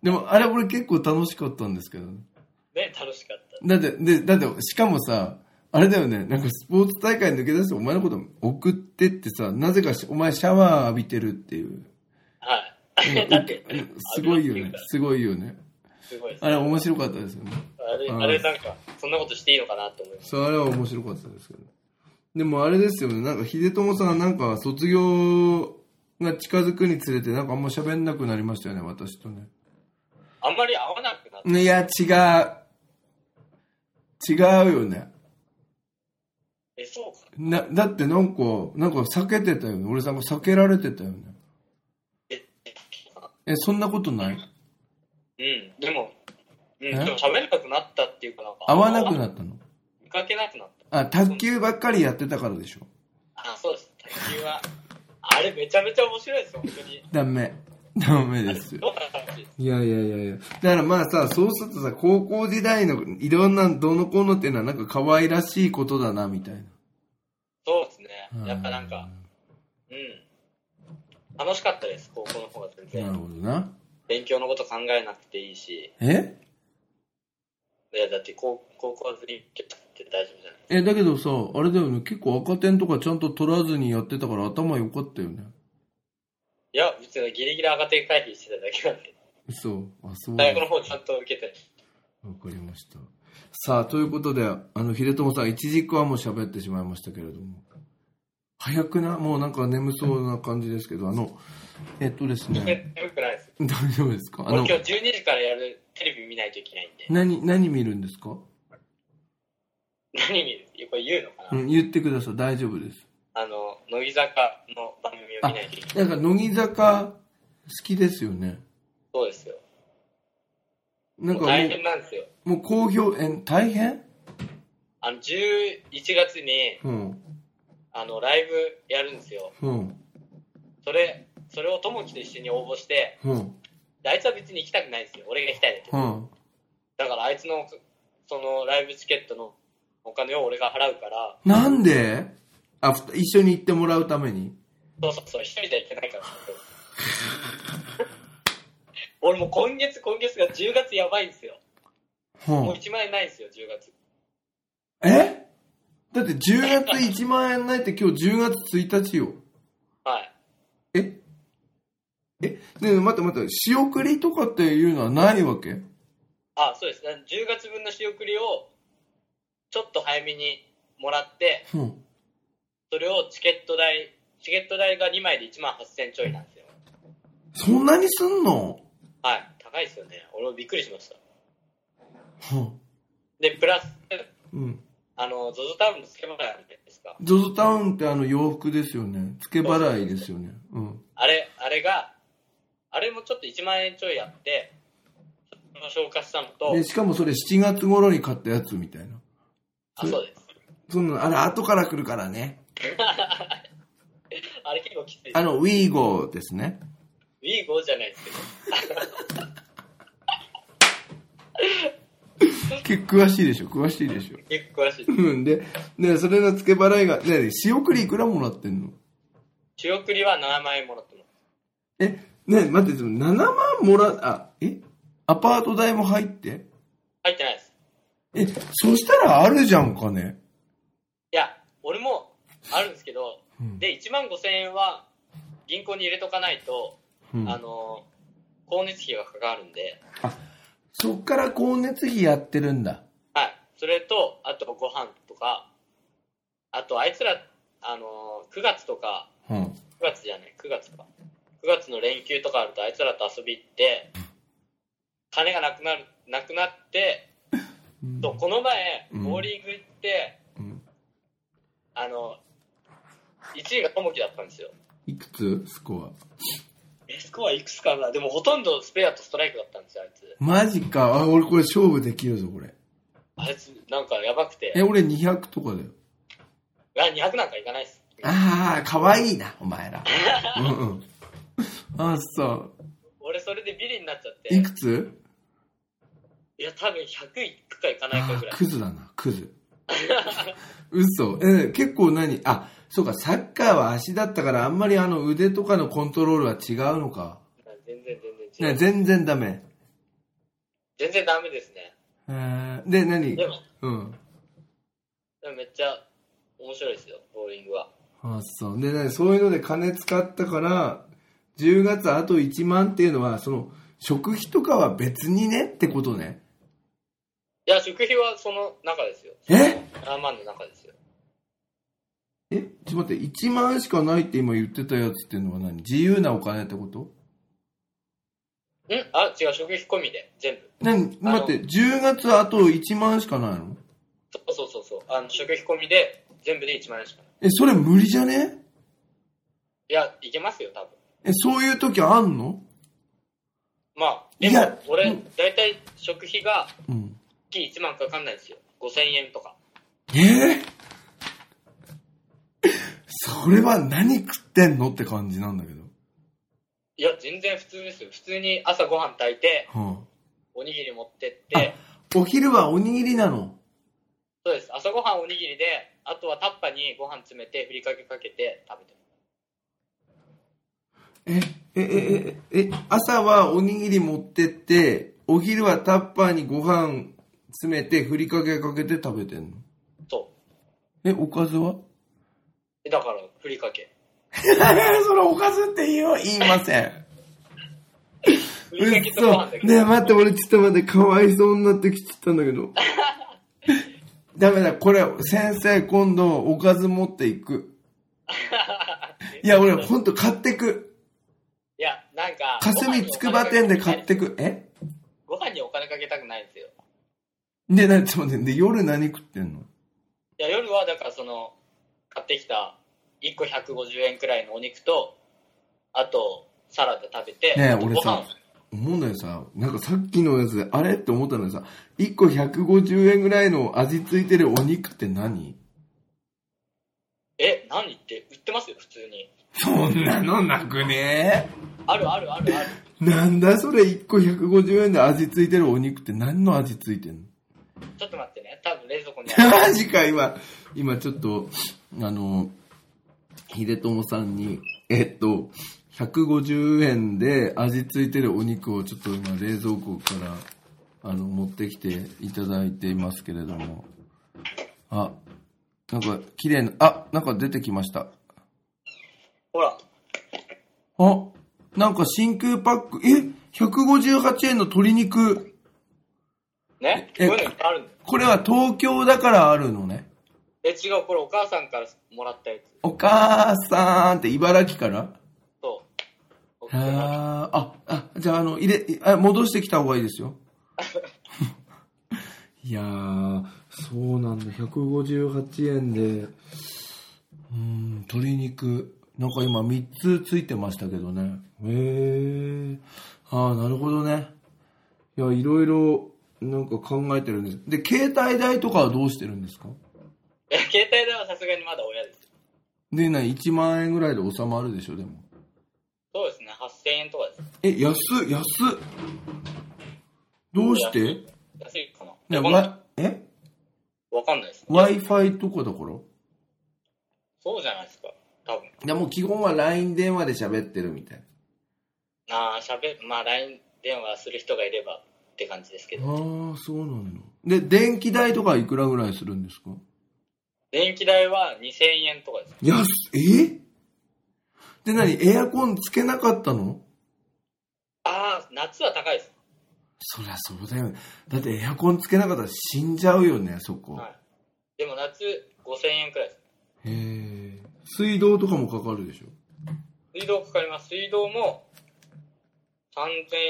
でも、あれ俺結構楽しかったんですけどね。ね楽しかっただって、で、だって、しかもさ、あれだよね、なんかスポーツ大会抜け出してお前のこと送ってってさ、なぜかしお前シャワー浴びてるっていう。はいうんだってすごいよね、すごいよね。すごいですああれ面白かったですよね。れうんあれなんかそんなことしていいのかなと思いますそう、あれは面白かったですけど。でもあれですよね、なんか秀友さんなんか卒業が近づくにつれてなんかあんま喋んなくなりましたよね、私とね。あんまり合わなくなっていや、違う。違うよね。えそうかな、だってなんか、なんか避けてたよね。俺さんが避けられてたよね。え、そんなことないうんでもうんえでも喋れなくなったっていうかなんか合わなくなったの見かけなくなったあ、卓球ばっかりやってたからでしょ。あそうです卓球はあれめちゃめちゃ面白いですよ本当にダメ。ダメですよ。どうなったしいやいやいやいや。だからまあさ、そうするとさ、高校時代のいろんなどうのこうのっていうのはなんか可愛らしいことだな、みたいな。そうですねうんやっぱなんかうん楽しかったです高校の方が全なる然ほどな。勉強のこと考えなくていいし、えいやだって高高校はずりって大丈夫じゃなえ、いだけどさ、あれだよね、結構赤点とかちゃんと取らずにやってたから頭良かったよね。いや、別にギリギリ赤点回避してただけなんで、嘘。あ、そう。大学の方ちゃんと受けて、わかりました。さあ、ということで、あの、秀友さん、一軸はもう喋ってしまいましたけれども。早くなもうなんか眠そうな感じですけど、あの、えっとですね、えよくないです。大丈夫ですかあ俺の今、日12時からやるテレビ見ないといけないんで。何、何見るんですか何見るこれ言うのかうな、ん、言ってください。大丈夫です。あの、乃木坂の番組を見ないといけない。なんか、乃木坂、好きですよね。そうですよ。なんかも大変なんですよ。う、もう好評、え、大変あの、11月に、うん、あの、ライブやるんですよ。うん、それ、それを友樹と一緒に応募して、うん、であいつは別に行きたくないんですよ。俺が行きたいだけ。うん。だからあいつの、その、ライブチケットのお金を俺が払うから、なんであ、ふた一緒に行ってもらうためにそうそうそう、一人では行けないから。 俺もう今月、今月が10月やばいんですよ。うんもう1万円ないんですよ、10月。えだって10月1万円ないって今日10月1日よ。はい。ええねえ待って待って、仕送りとかっていうのはないわけあ、そうです。なん10月分の仕送りを、ちょっと早めにもらって、うん。それをチケット代、チケット代が2枚で1万8000ちょいなんですよ。そんなにすんのはい。高いですよね。俺もびっくりしました。うん。で、プラス、うん。あの、ZOZO タウンの付け払いあるじゃないですか。ゾゾタウンってあの洋服ですよね。付け払いですよね。うん。あれ、あれが、あれもちょっと1万円ちょいやって、ちょっと消化したのとで、、しかもそれ7月頃に買ったやつみたいな。あ、そうです。そんなの、あれ後から来るからね。あれ結構きついですあ。の、ウィーゴーですね。ウィーゴーじゃないですけど。結構詳しいでしょ、詳しいでしょ。結構詳しいです。うん、で、ねそれの付け払いが、ね仕送りいくらもらってんの仕送りは7万円もらってます。え、ね待って、でも7万もら、あ、えアパート代も入って入ってないです。え、そしたらあるじゃんかね。いや、俺もあるんですけど、うんで、1万5000円は銀行に入れとかないと、うんあの、光熱費がかかるんで、そっから光熱費やってるんだ。はい。それと、あとご飯とか、あとあいつら、あの、9月とか、うん。 9月じゃない、9月か。9月の連休とかあるとあいつらと遊び行って、金がなくなる、なくなって、うんとこの前、うんボーリング行って、うんあの、1位がともきだったんですよ。いくつスコア。えスコアいくつかなでもほとんどスペアとストライクだったんですよ、あいつ。マジか。あ、俺これ勝負できるぞ、これ。あいつ、なんかやばくて。え、俺200とかだよ。あ200なんかいかないっす。ああ、かわいいな、お前ら。うんうん。あ、そ俺それでビリになっちゃっう。いて。くついや、多分100いくかいかないかあぐらーい。クズだな、クズ。嘘。えー結構何あ、そうか、サッカーは足だったから、あんまりあの腕とかのコントロールは違うのか。全然全然違ね、う。全然ダメ。全然ダメですね。えーで、何でも、うん。でもめっちゃ面白いですよ、ボーリングは。あ、そう。で、何そういうので金使ったから、10月あと1万っていうのは、その、食費とかは別にねってことね。いや、食費はその中ですよ。え ?7 万の中ですよ。えちょっと待って、1万しかないって今言ってたやつっていうのは何自由なお金ってことんあ、違う、食費込みで、全部。何あの待って、10月あと1万しかないのそうそうそうそう。あの、食費込みで、全部で1万円しかない。え、それ無理じゃねいや、いけますよ、多分。え、そういう時あんのまあ、でいやも、う俺ん、大体食費がうん。月1万かかんないんですよ。5000円とか。えー、 それは何食ってんのって感じなんだけど。いや、全然普通ですよ。普通に朝ご飯炊いて、はおにぎり持ってって、あ、お昼はおにぎりなの。そうです。朝ごはんおにぎりで、あとはタッパにご飯詰めて、ふりかけかけて食べてる。え、え、え、え、え、朝はおにぎり持ってって、お昼はタッパーにご飯詰めて、ふりかけかけて食べてんの。そえ、おかずはう。だから、ふりかけ。 それおかずって言う言いません。ふりかけとご飯だ嘘けねえど。待って俺ちょっと待ってかわいそうになってきちゃったんだけ どダメだこれ先生今度おかず持っていくで。いや、俺、ほんと買ってく。 いや、なんか、霞つくば店で買ってく。えご飯にお金かけたくないんですよ。で、な、ちょっと待って、で、夜何食ってんのいや、夜はだからその、買ってきた1個150円くらいのお肉と、あと、サラダ食べて、ねえあと俺ごさ飯、思うんだよさ、なんかさっきのやつで、あれって思ったのにさ、1個150円ぐらいの味付いてるお肉って何え、何って売ってますよ、普通に。そんなのなくねあるあるあるある。なんだそれ1個150円で味付いてるお肉って何の味付いてんの ちょっと待ってね、多分冷蔵庫にある。マジか、今、今ちょっと、あの、秀友さんに、えっと、150円で味付いてるお肉をちょっと今冷蔵庫から、あの、持ってきていただいていますけれども。あ、なんか綺麗な、あ、なんか出てきました。ほら、あ、なんか真空パック、え ?158 円の鶏肉。ね、こうえいうのいっぱいあるんだよ。これは東京だからあるのね。え、違う、これお母さんからもらったやつ。お母さんって茨城からそう。へーあ、あ、じゃあ、あの、入れ、あ戻してきた方がいいですよ。 いやー、そうなんだ。158円で、うーん、鶏肉。なんか今3つついてましたけどね。へー。あー、なるほどね。いや、いろいろ、なんか考えてるんです。で、携帯代とかはどうしてるんですかえ携帯ではさすがにまだ親です。で、な、1万円ぐらいで収まるでしょ、でも。そうですね、8000円とかです。え、安っ、安っ。どうして安いかな。ね、わかんないわ、えわかんないです。 ?Wi-Fi とかだからいそうじゃないですか、多分。や、もう基本は LINE 電話で喋ってるみたいな。ああ、しゃべ、まあ LINE 電話する人がいればって感じですけああど。ー、そうなの。で、電気代とかいくらぐらいするんですか電気代は2000円とかです。安っ、えで、なに、エアコンつけなかったのああ、夏は高いです。そりゃそうだよね。だってエアコンつけなかったら死んじゃうよね、そこ。はい。でも夏5000円くらいです。へえ。水道とかもかかるでしょ水道かかります。水道も3000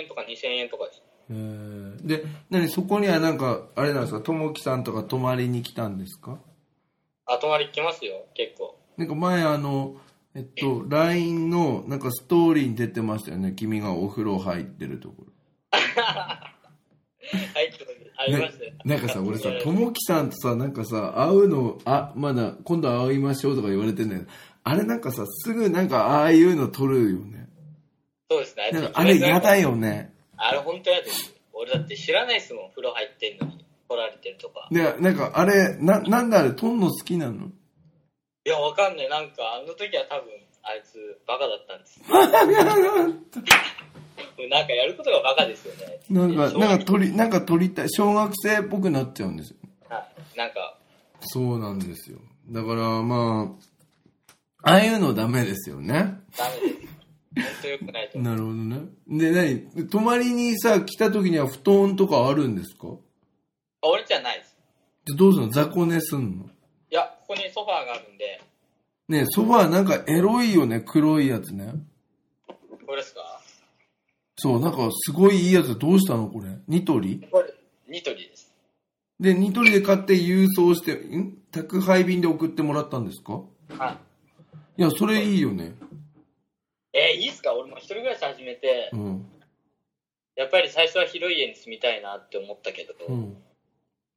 円とか2000円とかです。へーで、なに、そこにはなんか、あれなんですか、ともきさんとか泊まりに来たんですか後割り来ますよ、結構。なんか前あの、えっと、LINE のなんかストーリーに出てましたよね。君がお風呂入ってるとこはい、ってことであろ。りまねしたよ。なんかさ、俺さえ、ーともきさんとさ、なんかさ、会うの、あ、まだ、今度会いましょうとか言われてんだけど、あれなんかさ、すぐなんか、ああいうの撮るよね。そうですね。なんか、ああいつれ一番嫌だよね。あれ本当やです。俺だって知らないですもん、風呂入ってんのに。来られてるとか。で、なんか、あれ、な、なんであれ、撮んの好きなのいや、わかんない。なんか、あの時は多分、あいつ、バカだったんです。 なんかやることがバカですよね。なんか、そうなんか撮り、なんか撮りたい。小学生っぽくなっちゃうんですよ。はい。なんか、そうなんですよ。だから、まあ、ああいうのダメですよね。ダメです。本当良くないと思う。なるほどね。で、何泊まりにさ、来た時には布団とかあるんですかあ俺じゃないです。でどうするの雑魚寝すんのいや、ここにソファーがあるんで、ねえソファーなんかエロいよね、黒いやつね。これですかそう、なんかすごいいいやつどうしたのこれ。ニトリこれ、ニトリです。で、ニトリで買って郵送して、ん宅配便で送ってもらったんですかはいや、それいいよね。い。えーいいっすか俺も一人暮らし始めてう、ん。やっぱり最初は広い家に住みたいなって思ったけど、うん。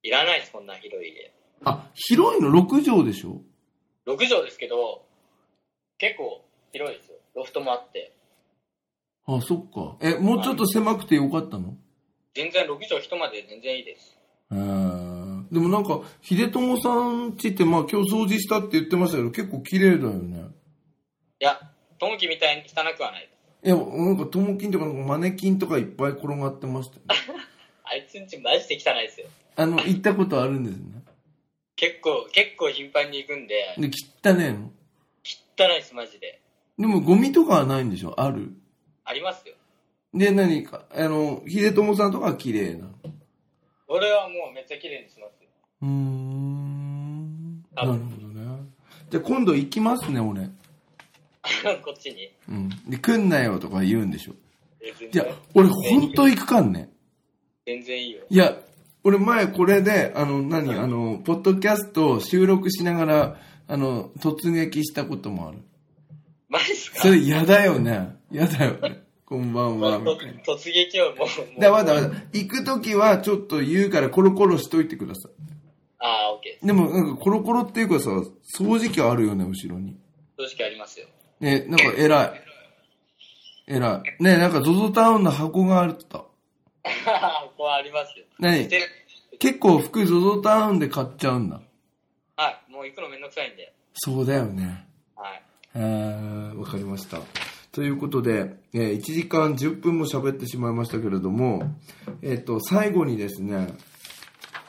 いらないです、こんな広い家。あ、広いの6畳でしょ6畳ですけど、結構広いですよ。ロフトもあって。あ、そっか。え、もうちょっと狭くてよかったの全然6畳一まで全然いいです。へーでもなんか、秀友さんちって、まあ今日掃除したって言ってましたけど、結構綺麗だよね。いや、トムキみたいに汚くはないです。いや、なんか、ともきんとか、マネキンとかいっぱい転がってましたよね、あいつんちマジで汚いですよ。あの、行ったことあるんですね。結構、結構頻繁に行くんで、で、汚ねえの。汚いです、マジで。でも、ゴミとかはないんでしょある。ありますよ。で、何か、あの、秀友さんとかは綺麗な。俺はもうめっちゃ綺麗にしますよ。うーん。なあるほどね。じゃあ、今度行きますね、俺。 こっちに。うん。で、来んなよとか言うんでしょ。別にいや、俺ほんと行くかんね。全然いいよ。いや、俺前これで、あの、何、あの、ポッドキャストを収録しながら、あの、突撃したこともある。マジっすかそれ嫌だよね。嫌だよね。こんばんは。みたいなと突撃はもう、もうだ、わだわだ。行くときはちょっと言うからコロコロしといてくださああ、オッケーですい。でもなんかコロコロっていうかさ、掃除機あるよね、後ろに。正直あります よ。ね、なんか偉い。偉い。ね、なんか ZOZO タウンの箱があるって言った。ここはありますよ。何してる結構服 ZOZO タウンで買っちゃうんだ。はい、もう行くのめんどくさいんで。そうだよね。はい。あーわかりました。ということで、えー1時間10分も喋ってしまいましたけれども、えっ、と、最後にですね、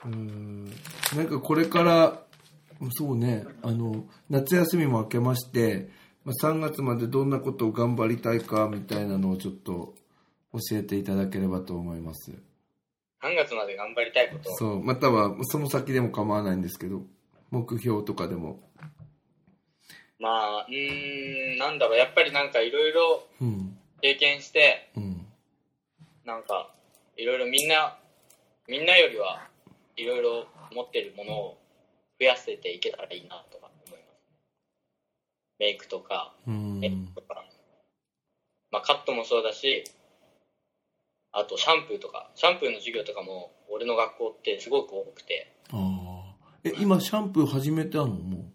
うーん、なんかこれから、そうね、あの、夏休みも明けまして、まあ、3月までどんなことを頑張りたいかみたいなのをちょっと教えていただければと思います。 3月まで頑張りたいこと。そう、またはその先でも構わないんですけど、目標とかでも。まあ、うーん、なんだろう、やっぱりなんかいろいろうん、経験して、うん、なんか、いろいろみんな、みんなよりは、いろいろ持ってるものを増やせていけたらいいなとか思います。メイクとか、うんメイクとか、まあカットもそうだし、あとシャンプーとか、シャンプーの授業とかも、俺の学校ってすごく多くて、ああ。え、今シャンプー始めたのも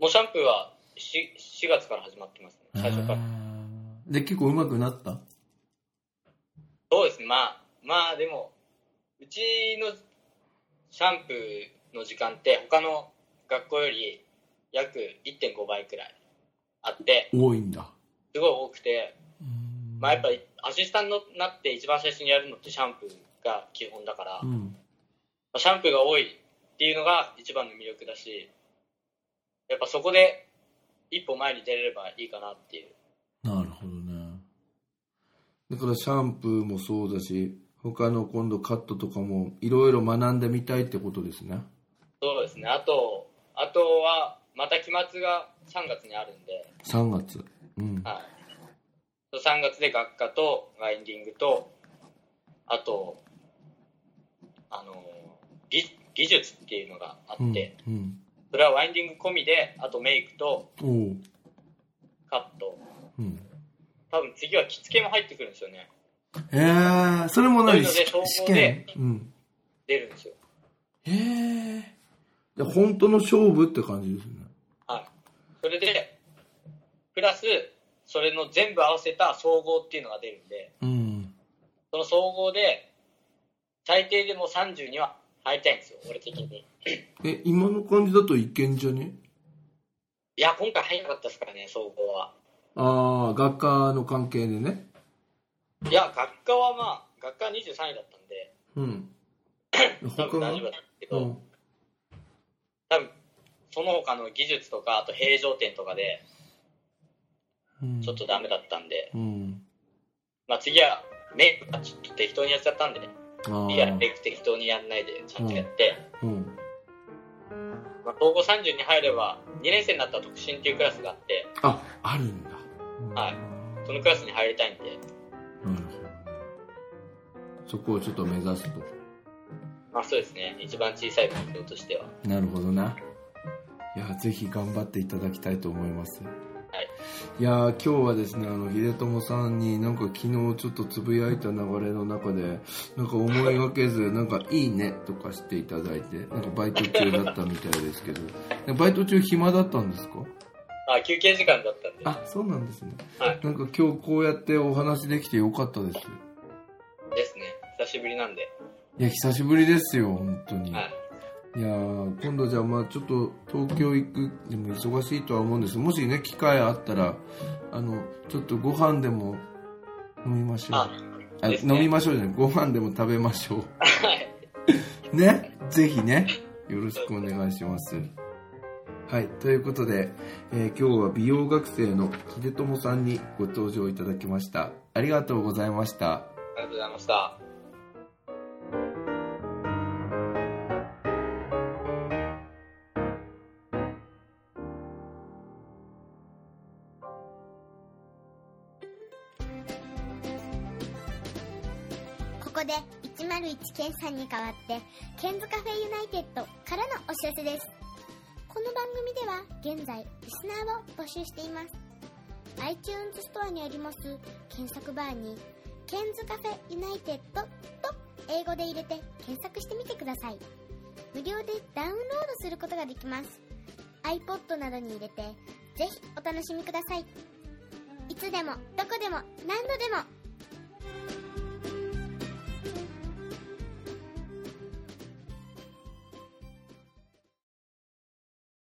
もうシャンプーは 4, 4月から始まってますね、う。最初かあら。ーで、結構上手くなったそうですね、まあ、まあでも、うちのシャンプーの時間って、他の学校より約1.5倍くらいあって、多いんだ。すごい多くて、うんまあやっぱりアシスタントになって一番最初にやるのってシャンプーが基本だから、うまん。あシャンプーが多いっていうのが一番の魅力だし、やっぱそこで一歩前に出れればいいかなっていう。なるほどね。だからシャンプーもそうだし、他の今度カットとかもいろいろ学んでみたいってことですね。そうですね、あと、あとは、また期末が3月にあるんで、 3月。うん。はい、3月で学科とワインディングとあとあの技技術っていうのがあうんって、。うん。それはワインディング込みであとメイクとおう。カットうん。多分次は着付けも入ってくるんですよねえー、それも何そういうので試総合で験うん。出るんですよへえ。で本当の勝負って感じですね。はいそれでプラスそれの全部合わせた総合っていうのが出るんでうん。その総合で最低でも30には入りたいんですよ俺的にえ、今の感じだといけんじゃねいや今回入んなかったですからね総合はああ、学科の関係でね。いや、学科はまあ、学科は23位だったんで、うん。多他分が大丈夫だったんですけうど、ん。多分その他の技術とか、あと平常点とかで、うんちょっとダメだったんで、うん。まあ次はメイクはちょっと適当にやっちゃったんでね、ああ。リアルメイク適当にやんないで、ちゃんとやって、うん。まあ、高校30に入れば、2年生になったら特進っていうクラスがあって、あ、あるんだ。はいそのクラスに入りたいんい。で、なるほどね。そこをちょっと目指すと。まあそうですね、一番小さい目標としては。なるほどな。いや、ぜひ頑張っていただきたいと思います。いやー今日はですね、あの、秀友さんになんか昨日ちょっとつぶやいた流れの中で、なんか思いがけず、なんかいいねとかしていただいて、なんかバイト中だったみたいですけど、バイト中暇だったんですかあ、休憩時間だったんで、あ、そうなんですね。はいなんか今日こうやってお話できてよかったです。ですね、久しぶりなんで、いや、久しぶりですよ、本当に。はい。いやー今度じゃあまあちょっと東京行くでも忙しいとは思うんですもしね機会あったらあのちょっとご飯でも飲みましょうあ、あですね飲みましょうじゃないご飯でも食べましょはい。 うねぜひねよろしくお願いしますはいということで、えー今日は美容学生の秀友さんにご登場いただきましたありがとうございましたありがとうございました。こで101健さんに代わってケンズカフェユナイテッドからのお知らせですこの番組では現在リスナーを募集しています iTunes ストアにあります検索バーに「ケンズカフェユナイテッド」と英語で入れて検索してみてください無料でダウンロードすることができます iPod などに入れてぜひお楽しみくださいいつでもどこでも何度でも